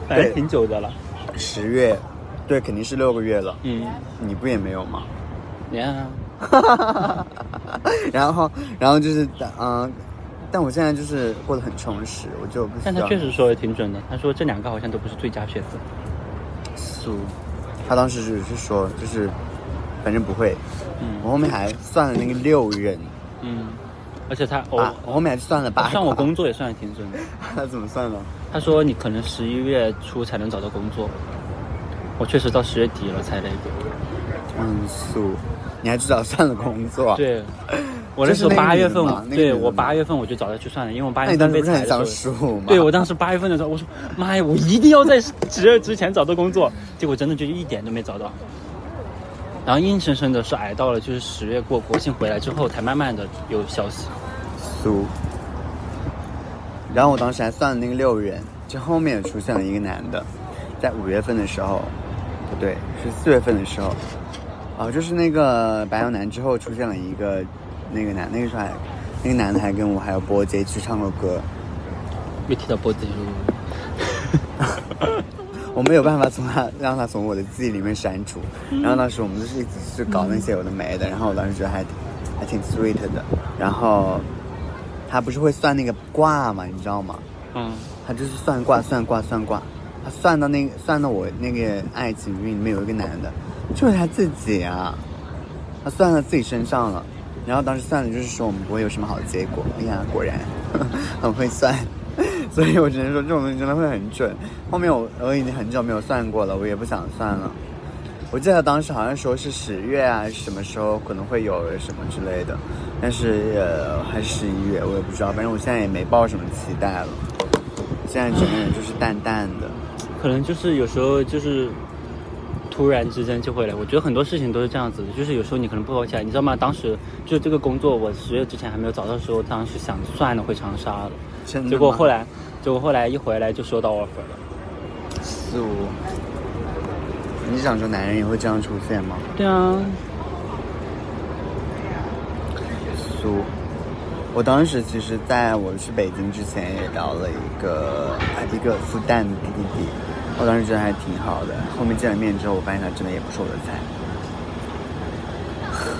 [SPEAKER 2] 反正
[SPEAKER 1] 对
[SPEAKER 2] 挺久的了。
[SPEAKER 1] 十月，对，肯定是六个月了。
[SPEAKER 2] 嗯，
[SPEAKER 1] 你不也没有吗？
[SPEAKER 2] 你看啊，
[SPEAKER 1] 然后，然后就是，嗯、但我现在就是过得很充实，我就不需
[SPEAKER 2] 但
[SPEAKER 1] 要
[SPEAKER 2] 他确实说的挺准的。他说这两个好像都不是最佳选择。
[SPEAKER 1] 苏。他当时只是说，就是反正不会。
[SPEAKER 2] 嗯
[SPEAKER 1] 我后面还算了那个六人
[SPEAKER 2] 嗯，而且他我、
[SPEAKER 1] 啊，我后面还算了八。
[SPEAKER 2] 哦算我 工作也算的挺准的。
[SPEAKER 1] 他怎么算的？
[SPEAKER 2] 他说你可能十一月初才能找到工作，我确实到十月底了才那个。
[SPEAKER 1] 嗯，苏，你还至少算了工作。，
[SPEAKER 2] 对，我那时
[SPEAKER 1] 就是那
[SPEAKER 2] 候
[SPEAKER 1] 个
[SPEAKER 2] 八月份，
[SPEAKER 1] 女的
[SPEAKER 2] 我
[SPEAKER 1] 嘛那个女
[SPEAKER 2] 对
[SPEAKER 1] 的嘛
[SPEAKER 2] 我八月份我就找他去算了，因为我八
[SPEAKER 1] 那
[SPEAKER 2] 月
[SPEAKER 1] 你当
[SPEAKER 2] 份
[SPEAKER 1] 时
[SPEAKER 2] 被
[SPEAKER 1] 不是
[SPEAKER 2] 裁
[SPEAKER 1] 很
[SPEAKER 2] 的
[SPEAKER 1] 想
[SPEAKER 2] 时
[SPEAKER 1] 输
[SPEAKER 2] 候。
[SPEAKER 1] 吗？
[SPEAKER 2] 对，我当时八月份的时候，我说妈呀，我一定要在十月之前找到工作，结果真的就一点都没找到，然后硬生生的是挨到了就是十月过国庆回来之后，才慢慢的有消息。
[SPEAKER 1] 苏。然后我当时还算了那个六人，就后面也出现了一个男的，在五月份的时候，不对，是四月份的时候，哦，就是那个白羊男之后出现了一个那个男，那个时候还那个男的还跟我还有波姐一起唱过歌，
[SPEAKER 2] 又提到波子路，
[SPEAKER 1] 我没有办法从他让他从我的记忆里面删除。然后当时我们就是一起去搞那些有的没的，然后我当时觉得还挺还挺 sweet 的。然后他不是会算那个卦嘛，你知道吗？
[SPEAKER 2] 嗯，
[SPEAKER 1] 他就是算卦算卦算卦，他算到那个算到我那个爱情运里面有一个男的，就是他自己啊，他算到自己身上了。然后当时算的就是说我们不会有什么好结果。哎呀，果然 很会算， 所以我只能说这种东西真的会很准。后面我我已经很久没有算过了，我也不想算了。我记得当时好像说是十月啊，什么时候可能会有什么之类的，但是呃还是十一月，我也不知道。反正我现在也没抱什么期待了，现在整个人就是淡淡的。
[SPEAKER 2] 可能就是有时候就是突然之间就会来。我觉得很多事情都是这样子的，就是有时候你可能不好起来，你知道吗？当时就这个工作，我十月之前还没有找到的时候，当时想算了回长沙了，
[SPEAKER 1] 真的
[SPEAKER 2] 结果
[SPEAKER 1] 吗
[SPEAKER 2] 后来，结果后来一回来就收到 offer 了。
[SPEAKER 1] 四五，你
[SPEAKER 2] 啊
[SPEAKER 1] 想说男人也会这样出现吗？
[SPEAKER 2] 对啊，
[SPEAKER 1] 苏。我当时其实在我去北京之前也聊了一个呃一个复旦的弟弟，我当时觉得还挺好的。后面见了面之后，我发现他真的也不是我的菜，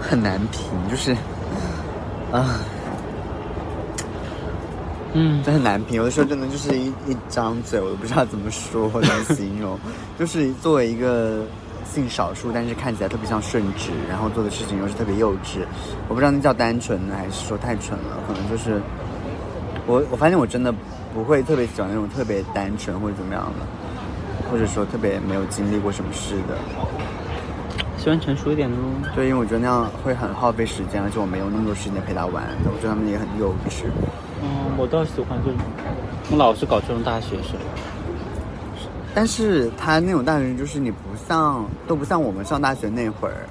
[SPEAKER 1] 很难评，就是啊，
[SPEAKER 2] 嗯，
[SPEAKER 1] 真很难评。有的时候真的就是一一张嘴，我都不知道怎么说来形容， 就是作为一个。性少数，但是看起来特别像顺直，然后做的事情又是特别幼稚。我不知道那叫单纯呢，还是说太蠢了。可能就是我，我发现我真的不会特别喜欢那种特别单纯或者怎么样的，或者说特别没有经历过什么事的。
[SPEAKER 2] 喜欢成熟一点的喽。
[SPEAKER 1] 对，因为我觉得那样会很耗费时间，而且我没有那么多时间陪他玩。我觉得他们也很幼稚。
[SPEAKER 2] 嗯，我倒喜欢这种，我老是搞这种大学生。
[SPEAKER 1] 但是他那种大学生就是你不像都不像我们上大学那会儿，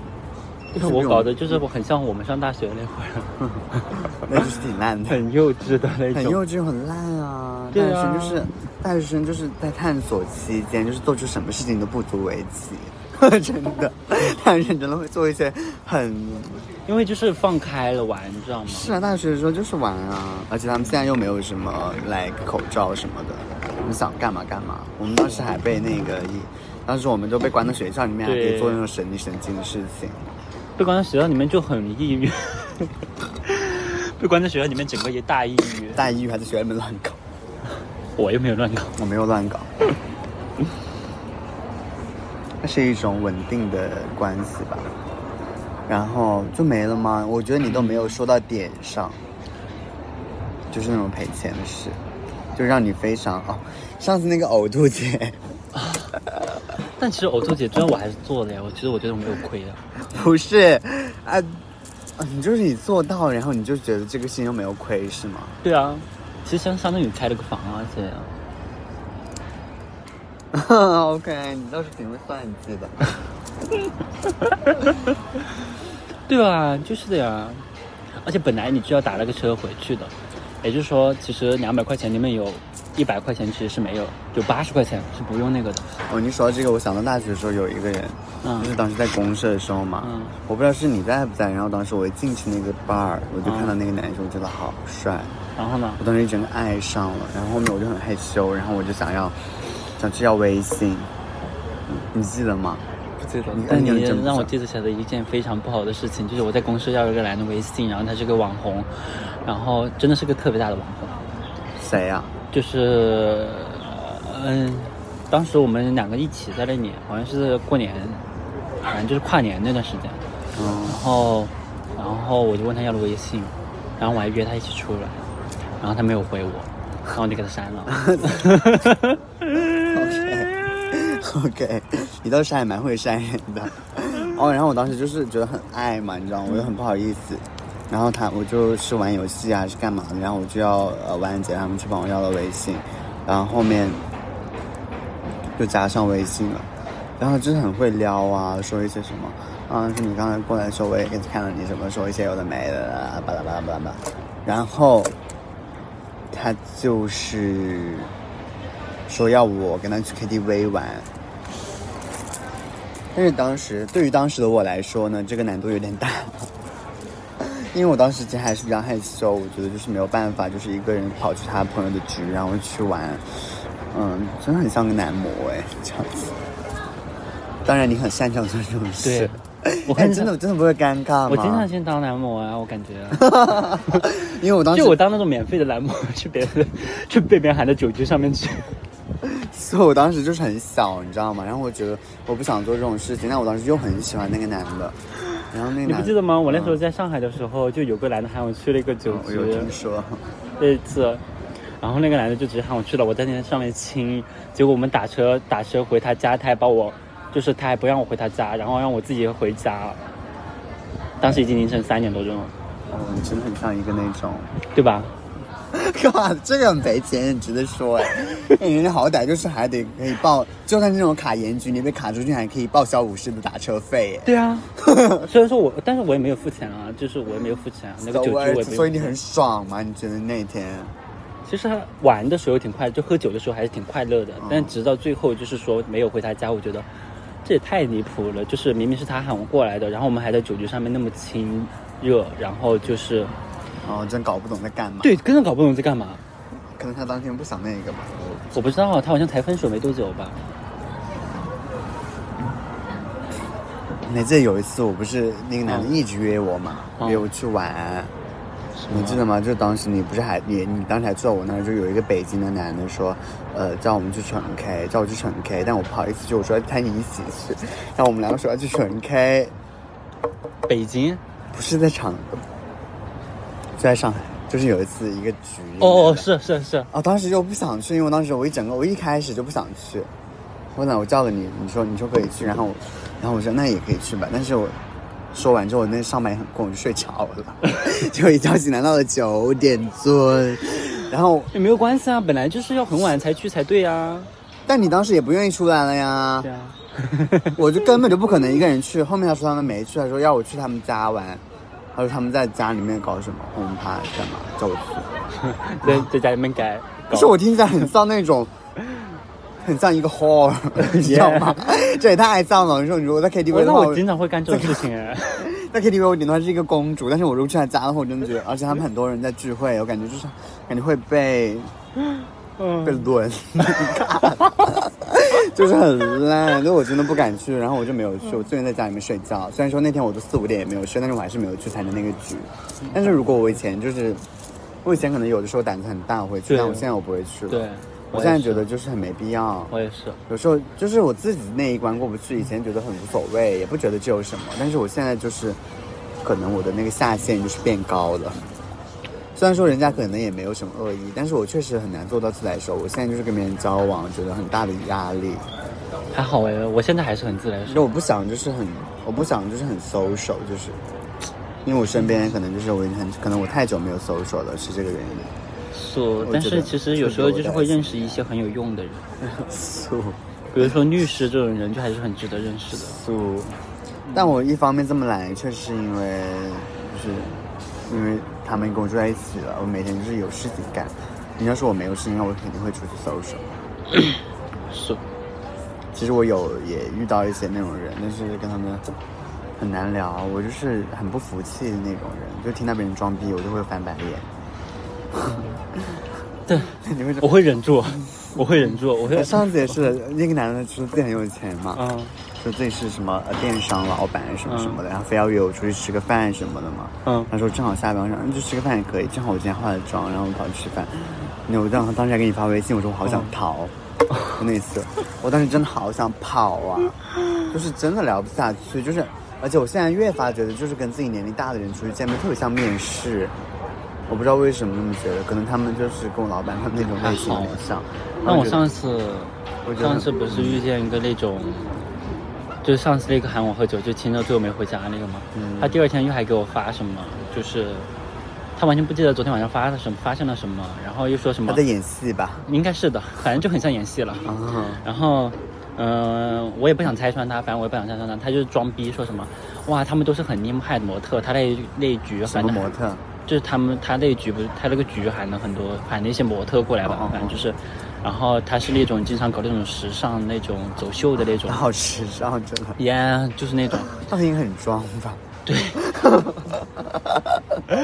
[SPEAKER 2] 就是我搞的，就是我很像我们上大学那会
[SPEAKER 1] 儿，那就是挺烂的，
[SPEAKER 2] 很幼稚的那种，
[SPEAKER 1] 很幼稚很烂啊。
[SPEAKER 2] 对
[SPEAKER 1] 啊，大学生就是大学生就是在探索期间，就是做出什么事情都不足为奇， 真的，大学生真的会做一些很，
[SPEAKER 2] 因为就是放开了玩，你知道吗？
[SPEAKER 1] 是啊，大学的时候就是玩啊，而且他们现在又没有什么来口罩什么的。我们想干嘛干嘛，我们当时还被那个，当时我们都被关到学校里面，还可以做那种神经神经的事情。
[SPEAKER 2] 被关到学校里面就很抑郁， 被关在学校里面整个也大抑郁，
[SPEAKER 1] 大抑郁还在学校里面乱搞。
[SPEAKER 2] 我又没有乱搞，
[SPEAKER 1] 我没有乱搞。那是一种稳定的关系吧，然后就没了吗？我觉得你都没有说到点上，就是那种赔钱的事。就让你非常哦，上次那个呕吐姐，
[SPEAKER 2] 但其实呕吐姐最后我还是做了呀。我其实我觉得我没有亏的，
[SPEAKER 1] 不是啊，啊，你就是你做到，然后你就觉得这个心又没有亏是吗？
[SPEAKER 2] 对啊，其实相相当于你开了个房啊，这样。
[SPEAKER 1] 哦 OK，你倒是挺会算计
[SPEAKER 2] 的。对啊，就是的呀。而且本来你就要打了个车回去的。也就是说，其实两百块钱里面有一百块钱其实是没有，有八十块钱是不用那个的。
[SPEAKER 1] 哦，你说到这个，我想到大学的时候有一个人，
[SPEAKER 2] 嗯、
[SPEAKER 1] 就是当时在公社的时候嘛，
[SPEAKER 2] 嗯、
[SPEAKER 1] 我不知道是你在不在。然后当时我一进去那个 bar，我就看到那个男生，我觉得好帅。
[SPEAKER 2] 然后呢？
[SPEAKER 1] 我当时整个爱上了，然后后面我就很害羞，然后我就想要想去要微信，你记得吗？
[SPEAKER 2] 不记得。
[SPEAKER 1] 你
[SPEAKER 2] 但
[SPEAKER 1] 你
[SPEAKER 2] 你让我记得起来的一件非常不好的事情，就是我在公司要有一个男的微信，然后他是个网红，然后真的是个特别大的网红。
[SPEAKER 1] 谁呀、啊？
[SPEAKER 2] 就是嗯，当时我们两个一起在那里，好像是过年，反正就是跨年那段时间。
[SPEAKER 1] 嗯、
[SPEAKER 2] 然后，然后我就问他要了微信，然后我还约他一起出来，然后他没有回我，然后我就给他删了。
[SPEAKER 1] OK，OK，你倒是还蛮会删人的。哦，然后我当时就是觉得很爱嘛，你知道，我又很不好意思。然后他，我就是玩游戏啊，是干嘛的？然后我就要呃，婉安姐他们去帮我要了微信，然后后面就加上微信了。然后就是很会撩啊，说一些什么啊，是你刚才过来的时候，我也看到你什么，说一些有的没的啦，巴拉巴拉巴拉巴拉。然后他就是。说要我跟他去 KTV 玩，但是当时对于当时的我来说呢，这个难度有点大， 因为我当时其实还是比较害羞，我觉得就是没有办法，就是一个人跑去他朋友的局，然后去玩，嗯，真的很像个男模哎，这样子。当然你很擅长做这种事，
[SPEAKER 2] 我
[SPEAKER 1] 哎，真的真的不会尴尬吗？
[SPEAKER 2] 我经常先当男模啊，我感觉，
[SPEAKER 1] 因为我当时
[SPEAKER 2] 就我当那种免费的 男模去别人去被别人喊到酒局上面去。
[SPEAKER 1] 所以我当时就是很小，你知道吗？然后我觉得我不想做这种事情，但我当时又很喜欢那个男的。然后那个
[SPEAKER 2] 你不记得吗？我那时候在上海的时候，就有个男的喊我去了一个酒局，
[SPEAKER 1] 嗯哦有听说
[SPEAKER 2] 那一次，然后那个男的就直接喊我去了，我在那上面亲，结果我们打车打车回他家，他还把我，就是他还不让我回他家，然后让我自己回家。当时已经凌晨三点多钟了。
[SPEAKER 1] 哦，你真的很像一个那种，
[SPEAKER 2] 对吧？
[SPEAKER 1] 哇，这个很赔钱，你值得说哎！人家好歹就是还得可以报，就算这种卡盐局，你被卡出去还可以报销五十的打车费。
[SPEAKER 2] 对啊，虽然说我，但是我也没有付钱啊，就是我也没有付钱、啊， 那个酒局我也没有。
[SPEAKER 1] 所以你很爽嘛？你觉得那天？
[SPEAKER 2] 其实玩的时候挺快，就喝酒的时候还是挺快乐的，
[SPEAKER 1] 嗯、
[SPEAKER 2] 但直到最后就是说没有回他家，我觉得这也太离谱了。就是明明是他喊我过来的，然后我们还在酒局上面那么亲，热，然后就是
[SPEAKER 1] 然后哦真搞不懂在干嘛。，
[SPEAKER 2] 对，根本搞不懂在干嘛。
[SPEAKER 1] 可能他当天不想那个吧。
[SPEAKER 2] 我不知道，他好像才分手没多久吧？
[SPEAKER 1] 你还记得有一次，我不是那个男的一直约我嘛，
[SPEAKER 2] 嗯
[SPEAKER 1] 约我去玩，你记得吗？就当时你不是还你你当时还坐我那儿，就有一个北京的男的说，呃，叫我们去纯 K，叫我去纯 K，但我不好意思去，我说要带你一起去，然后我们两个说要去纯 K，
[SPEAKER 2] 北京？
[SPEAKER 1] 不是在长，就在上海，就是有一次一个局里面的。
[SPEAKER 2] 哦哦，是是是，
[SPEAKER 1] 啊，当时就不想去，因为我当时我一整个我一开始就不想去，后来我叫了你，你说你说可以去，然后我，然后我说那也可以去吧，但是我说完之后，我那上半夜很困，我就睡着了， 结果一觉醒来到了九点多，然后
[SPEAKER 2] 也没有关系啊，本来就是要很晚才去才对啊。
[SPEAKER 1] 但你当时也不愿意出来了呀
[SPEAKER 2] 对，啊，
[SPEAKER 1] 我就根本就不可能一个人去，后面他说他们没去，他说要我去他们家玩，他说他们在家里面搞什么轰趴干嘛，叫我去。
[SPEAKER 2] 在在家里面改。
[SPEAKER 1] 可是我听起来很像那 种，很像一个 whore，你知道吗？这也太像了。你说你如果在 KTV
[SPEAKER 2] 我
[SPEAKER 1] 的
[SPEAKER 2] 那
[SPEAKER 1] 话，
[SPEAKER 2] 我
[SPEAKER 1] 我
[SPEAKER 2] 经常会干这种事情哎。
[SPEAKER 1] 在 KTV 我顶多是一个公主，但是我如果去她家的话，我真的觉得，而且他们很多人在聚会，我感觉就是感觉会 被被
[SPEAKER 2] 嗯，
[SPEAKER 1] 轮， 就是很烂，所以我真的不敢去，然后我就没有去，我自愿在家里面睡觉。虽然说那天我都四五点也没有睡，但是我还是没有去参加那个局。但是如果我以前就是，我以前可能有的时候胆子很大，我会去，
[SPEAKER 2] 对
[SPEAKER 1] 但我现在我不会去了。
[SPEAKER 2] 对，
[SPEAKER 1] 我现在
[SPEAKER 2] 也是
[SPEAKER 1] 觉得就是很没必要。
[SPEAKER 2] 我也是。
[SPEAKER 1] 有时候就是我自己那一关过不去，以前觉得很无所谓，也不觉得这有什么。但是我现在就是，可能我的那个下限就是变高了。虽然说人家可能也没有什么恶意，但是我确实很难做到自来熟。我现在就是跟别人交往，觉得很大的压力。
[SPEAKER 2] 还好哎，我现在还是很自来
[SPEAKER 1] 因
[SPEAKER 2] 熟。
[SPEAKER 1] 为我不想就是很，我不想就是很 social，就是因为我身边可能就是我已经很，可能我太久没有 social 了，是这个原因。
[SPEAKER 2] 是
[SPEAKER 1] 我，
[SPEAKER 2] 但
[SPEAKER 1] 觉
[SPEAKER 2] 是
[SPEAKER 1] 得
[SPEAKER 2] 其实有时候就是会认识一些很有用的人，
[SPEAKER 1] 素
[SPEAKER 2] 比如说律师这种人，就还是很值得认识的。
[SPEAKER 1] 素，但我一方面这么懒，确实是因为就是因为他们跟我住在一起了，我每天就是有事情干。你要说我没有事情干，我肯定会出去搜索。
[SPEAKER 2] 是，
[SPEAKER 1] 其实我有也遇到一些那种人，但是跟他们很难聊，我就是很不服气的那种人，就听到别人装逼，我就会翻白眼。
[SPEAKER 2] 对，
[SPEAKER 1] 你会说
[SPEAKER 2] 我会忍住，我会忍住，我会
[SPEAKER 1] 我。哎上次也是，那个男的说自己很有钱嘛，
[SPEAKER 2] 嗯
[SPEAKER 1] 说自己是什么呃电商老板什么什么的，然后非要约我出去吃个饭什么的嘛。
[SPEAKER 2] 嗯
[SPEAKER 1] 他说正好下班，我想嗯去吃个饭也可以，正好我今天化了妆，然后我跑去吃饭。那我当当时还给你发微信，我说我好想逃，就那次，我当时真的好想跑啊，就是真的聊不下去，就是而且我现在越发觉得，就是跟自己年龄大的人出去见面特别像面试。我不知道为什么那么觉得，可能他们就是跟我老板他们那种类型很像。
[SPEAKER 2] 那
[SPEAKER 1] 然
[SPEAKER 2] 我
[SPEAKER 1] 后
[SPEAKER 2] 上次
[SPEAKER 1] 我，觉得
[SPEAKER 2] 上次不是遇见一个那种，就是上次那个喊我喝酒就亲到最后没回家那个吗？
[SPEAKER 1] 嗯
[SPEAKER 2] 他第二天又还给我发什么，就是他完全不记得昨天晚上发了什么，发生了什么，然后又说什
[SPEAKER 1] 就他
[SPEAKER 2] 么
[SPEAKER 1] 在，演戏吧？
[SPEAKER 2] 应该是的， 反正就很像演戏了。
[SPEAKER 1] 啊，
[SPEAKER 2] 然后，嗯、我也不想拆穿他，反正我也不想拆穿他，他就是装逼说什么，哇，他们都是很厉害的模特，他那一那一局
[SPEAKER 1] 什
[SPEAKER 2] 反
[SPEAKER 1] 么
[SPEAKER 2] 正
[SPEAKER 1] 模特？
[SPEAKER 2] 就是他们他那一局不是他那个局喊了很多喊了一些模特过来吧
[SPEAKER 1] 哦哦哦，
[SPEAKER 2] 反正就是，然后他是那种经常搞那种时尚那种走秀的那种
[SPEAKER 1] 他，好时尚，真的。
[SPEAKER 2] 呀，就是那种，
[SPEAKER 1] 他应该很装吧？嗯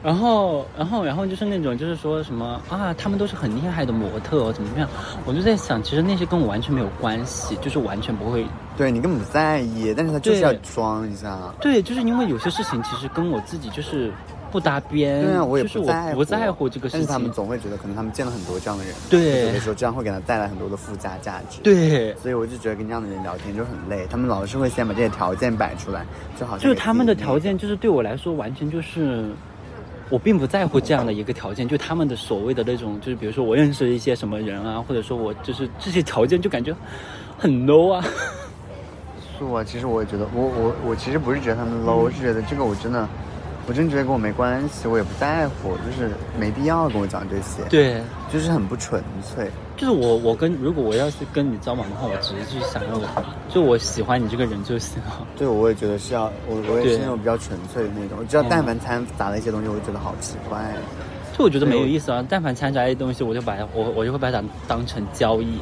[SPEAKER 2] 然后然后然后就是那种就是说什么啊，他们都是很厉害的模特哦怎么怎么样，我就在想，其实那些跟我完全没有关系，就是完全不会
[SPEAKER 1] 对你根本不在意，但是他就是要
[SPEAKER 2] 对
[SPEAKER 1] 装一下。
[SPEAKER 2] 对，就是因为有些事情其实跟我自己就是不搭边，
[SPEAKER 1] 对啊，我也
[SPEAKER 2] 就是
[SPEAKER 1] 不
[SPEAKER 2] 我
[SPEAKER 1] 在
[SPEAKER 2] 不在乎这个事
[SPEAKER 1] 但
[SPEAKER 2] 情。
[SPEAKER 1] 是他们总会觉得，可能他们见了很多这样的人，
[SPEAKER 2] 对
[SPEAKER 1] 就觉得说这样会给他带来很多的附加价值。，
[SPEAKER 2] 对，
[SPEAKER 1] 所以我就觉得跟这样的人聊天就很累，他们老是会先把这些条件摆出来，就好像
[SPEAKER 2] 就是他们的
[SPEAKER 1] 给自己
[SPEAKER 2] 条件，就是对我来说完全就是。我并不在乎这样的一个条件，就他们的所谓的那种，就是比如说我认识一些什么人啊，或者说我就是这些条件就感觉很 low 啊。
[SPEAKER 1] 是我，其实我也觉得，我我我其实不是觉得他们 low，、是觉得这个我真的，我真的觉得跟我没关系，我也不在乎，就是没必要跟我讲这些，，
[SPEAKER 2] 对，
[SPEAKER 1] 就是很不纯粹。
[SPEAKER 2] 就是我我跟如果我要是跟你交往的话，我只是就是想要就我喜欢你这个人就行了。
[SPEAKER 1] 对，我也觉得是要，我我也
[SPEAKER 2] 对
[SPEAKER 1] 是那种比较纯粹的那种，我知道
[SPEAKER 2] 嗯
[SPEAKER 1] 但凡掺杂了一些东西，我就觉得好奇怪。
[SPEAKER 2] 就我觉得
[SPEAKER 1] 对
[SPEAKER 2] 没有
[SPEAKER 1] 我
[SPEAKER 2] 意思啊，但凡掺杂一些东西，我就把它我我就会把它当成交易。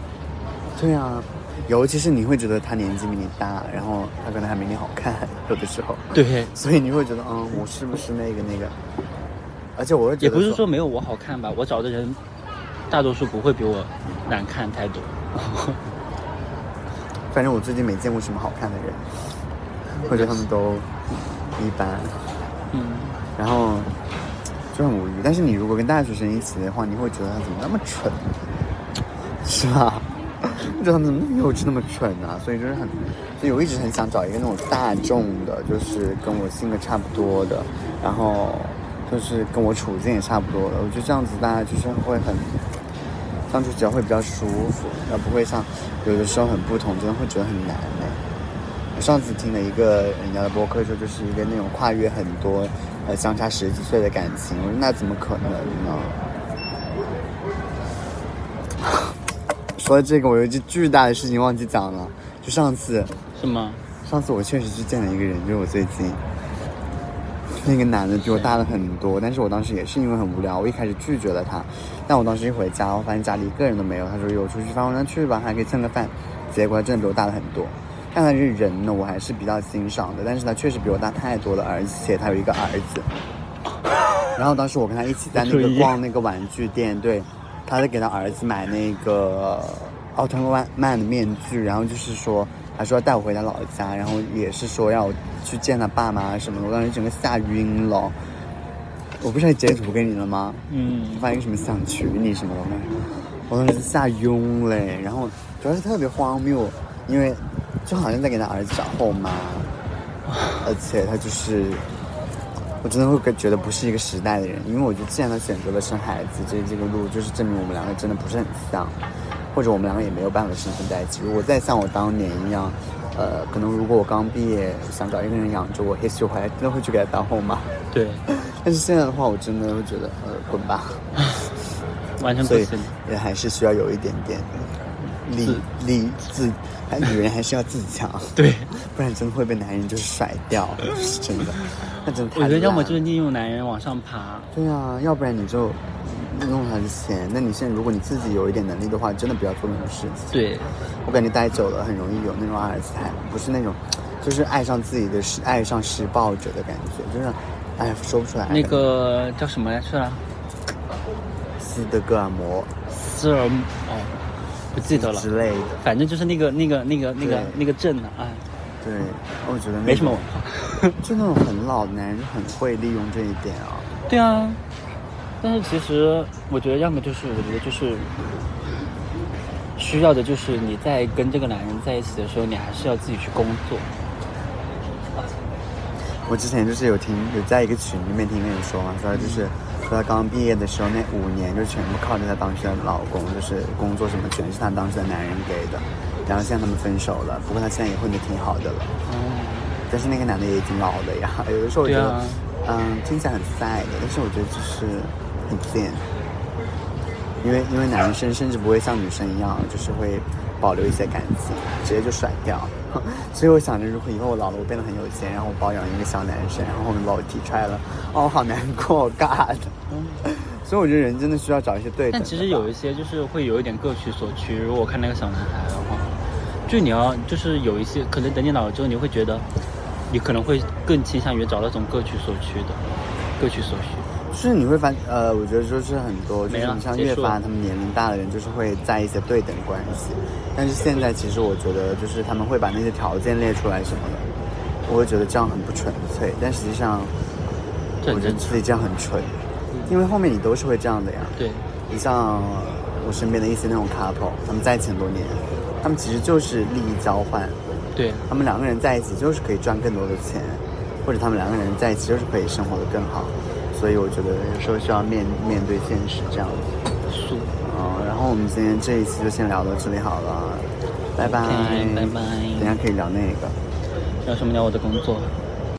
[SPEAKER 1] 对啊，尤其是你会觉得他年纪比你大，然后他可能还没你好看，有的时候，
[SPEAKER 2] 对，
[SPEAKER 1] 所以你会觉得，嗯，我是不是那个那个？而且我会觉
[SPEAKER 2] 也
[SPEAKER 1] 得，
[SPEAKER 2] 不是说没有我好看吧，我找的人大多数不会比我难看太多。
[SPEAKER 1] 反正我最近没见过什么好看的人，我觉得他们都一般，
[SPEAKER 2] 嗯，
[SPEAKER 1] 然后就很无语。但是你如果跟大学生一起的话，你会觉得他怎么那么蠢，是吧？就觉得他们怎么那么幼稚、那么蠢啊？所以就是很，所以我一直很想找一个那种大众的，就是跟我性格差不多的，然后就是跟我处境也差不多的。我觉得这样子大家就是会很相处起来会比较舒服，而不会像有的时候很不同，真的会觉得很难哎。我上次听了一个人家的播客说，就是一个那种跨越很多，呃，相差十几岁的感情，我说那怎么可能呢？ 说到这个，我有一件巨大的事情忘记讲了，就上次，
[SPEAKER 2] 是吗？
[SPEAKER 1] 上次我确实是见了一个人，就是我最近，那个男的比我大了很多，但是我当时也是因为很无聊，我一开始拒绝了他，但我当时一回家，我发现家里一个人都没有，他说有出去饭，我说那去吧，还可以蹭个饭，结果他真的比我大了很多。但他这个人呢，我还是比较欣赏的，但是他确实比我大太多了，而且他有一个儿子。然后当时我跟他一起在那
[SPEAKER 2] 注
[SPEAKER 1] 个
[SPEAKER 2] 意
[SPEAKER 1] 逛那个玩具店，对，他在给他儿子买那个奥特曼曼的面具，然后就是说，他说要带我回他老家，然后也是说要去见他爸妈什么的，我当时整个吓晕了。我不是还截图给你了吗？
[SPEAKER 2] 嗯，
[SPEAKER 1] 发一个什么想娶你什么的，我当时吓晕嘞。然后主要是特别荒谬，因为就好像在给他儿子找后妈，而且他就是，我真的会觉得不是一个时代的人，因为我觉得既然他选择了生孩子这这个路，就是证明我们两个真的不是很像，或者我们两个也没有办法生存在一起。如果再像我当年一样。呃，可能如果我刚毕业想找一个人养着我，也许我还真的会去给他当后妈。
[SPEAKER 2] 对，
[SPEAKER 1] 但是现在的话，我真的会觉得，呃，滚吧。
[SPEAKER 2] 完全不
[SPEAKER 1] 所以
[SPEAKER 2] 行。
[SPEAKER 1] 也还是需要有一点点理
[SPEAKER 2] 自
[SPEAKER 1] 理自，还女人还是要自强，
[SPEAKER 2] 对，
[SPEAKER 1] 不然真的会被男人就是甩 掉，是真的。那真的太
[SPEAKER 2] 我觉得要么
[SPEAKER 1] 烂
[SPEAKER 2] 就是利用男人往上爬，
[SPEAKER 1] 对啊，要不然你就弄他的钱。那你现在如果你自己有一点能力的话，真的不要做那种事情。
[SPEAKER 2] 对，
[SPEAKER 1] 我感觉待久了很容易有那种阿尔茨海默，不是那种，就是爱上自己的施爱上施暴者的感觉，就是，哎，说不出来。
[SPEAKER 2] 那个叫什么来着？
[SPEAKER 1] 斯德哥尔摩
[SPEAKER 2] 斯尔姆哦，不记得了，
[SPEAKER 1] 之类的，
[SPEAKER 2] 反正就是那个那个那个那个
[SPEAKER 1] 对
[SPEAKER 2] 那个镇的啊，
[SPEAKER 1] 对，哦我觉得那
[SPEAKER 2] 没什么
[SPEAKER 1] 种
[SPEAKER 2] 文化。
[SPEAKER 1] 就那种很老的男人就很会利用这一点啊。
[SPEAKER 2] 对啊，但是其实我觉得，要么就是我觉得就是需要的就是你在跟这个男人在一起的时候，你还是要自己去工作。
[SPEAKER 1] 我之前就是有听有在一个群里面听那人说嘛，说就是
[SPEAKER 2] 嗯
[SPEAKER 1] 说他刚毕业的时候那五年就全部靠着她当时的老公，就是工作什么全是她当时的男人给的。然后现在他们分手了，不过她现在也混得挺好的了，但是那个男的也已经老了呀。有的时候我觉得，
[SPEAKER 2] 对啊
[SPEAKER 1] 嗯，听起来很 sad，但是我觉得就是很贱。因为因为男生甚至不会像女生一样，就是会保留一些感情，直接就甩掉。 所以我想着，如果以后我老了，我变得很有钱，然后我包养一个小男生，然后后面把我踢出来了，哦，好难过，God。所以我觉得人真的需要找一些对等的吧。
[SPEAKER 2] 但其实有一些就是会有一点各取所需。如果我看那个小男孩的话，就你要就是有一些可能等你老了之后，你会觉得你可能会更倾向于找那种各取所需的，各取所需。
[SPEAKER 1] 就是你会发，呃，我觉得就是很多，就是
[SPEAKER 2] 没了
[SPEAKER 1] 你像
[SPEAKER 2] 结
[SPEAKER 1] 越
[SPEAKER 2] 束
[SPEAKER 1] 发
[SPEAKER 2] 了
[SPEAKER 1] 他们年龄大的人，就是会在意一些对等关系。但是现在其实我觉得，就是他们会把那些条件列出来什么的，我会觉得这样很不纯粹。但实际上，
[SPEAKER 2] 这
[SPEAKER 1] 我
[SPEAKER 2] 很
[SPEAKER 1] 觉得
[SPEAKER 2] 正常。
[SPEAKER 1] 自己这样很蠢，因为后面你都是会这样的呀。
[SPEAKER 2] 对，
[SPEAKER 1] 你像我身边的一些那种 couple，他们在一起很多年，他们其实就是利益交换，
[SPEAKER 2] 对，
[SPEAKER 1] 他们两个人在一起就是可以赚更多的钱，或者他们两个人在一起就是可以生活的更好。所以我觉得有时候需要面面对现实这样子。
[SPEAKER 2] 素。
[SPEAKER 1] 嗯，然后我们今天这一期就先聊到这里好了，拜拜
[SPEAKER 2] OK，拜拜
[SPEAKER 1] 等一下可以聊那个。
[SPEAKER 2] 聊什么聊我的工作？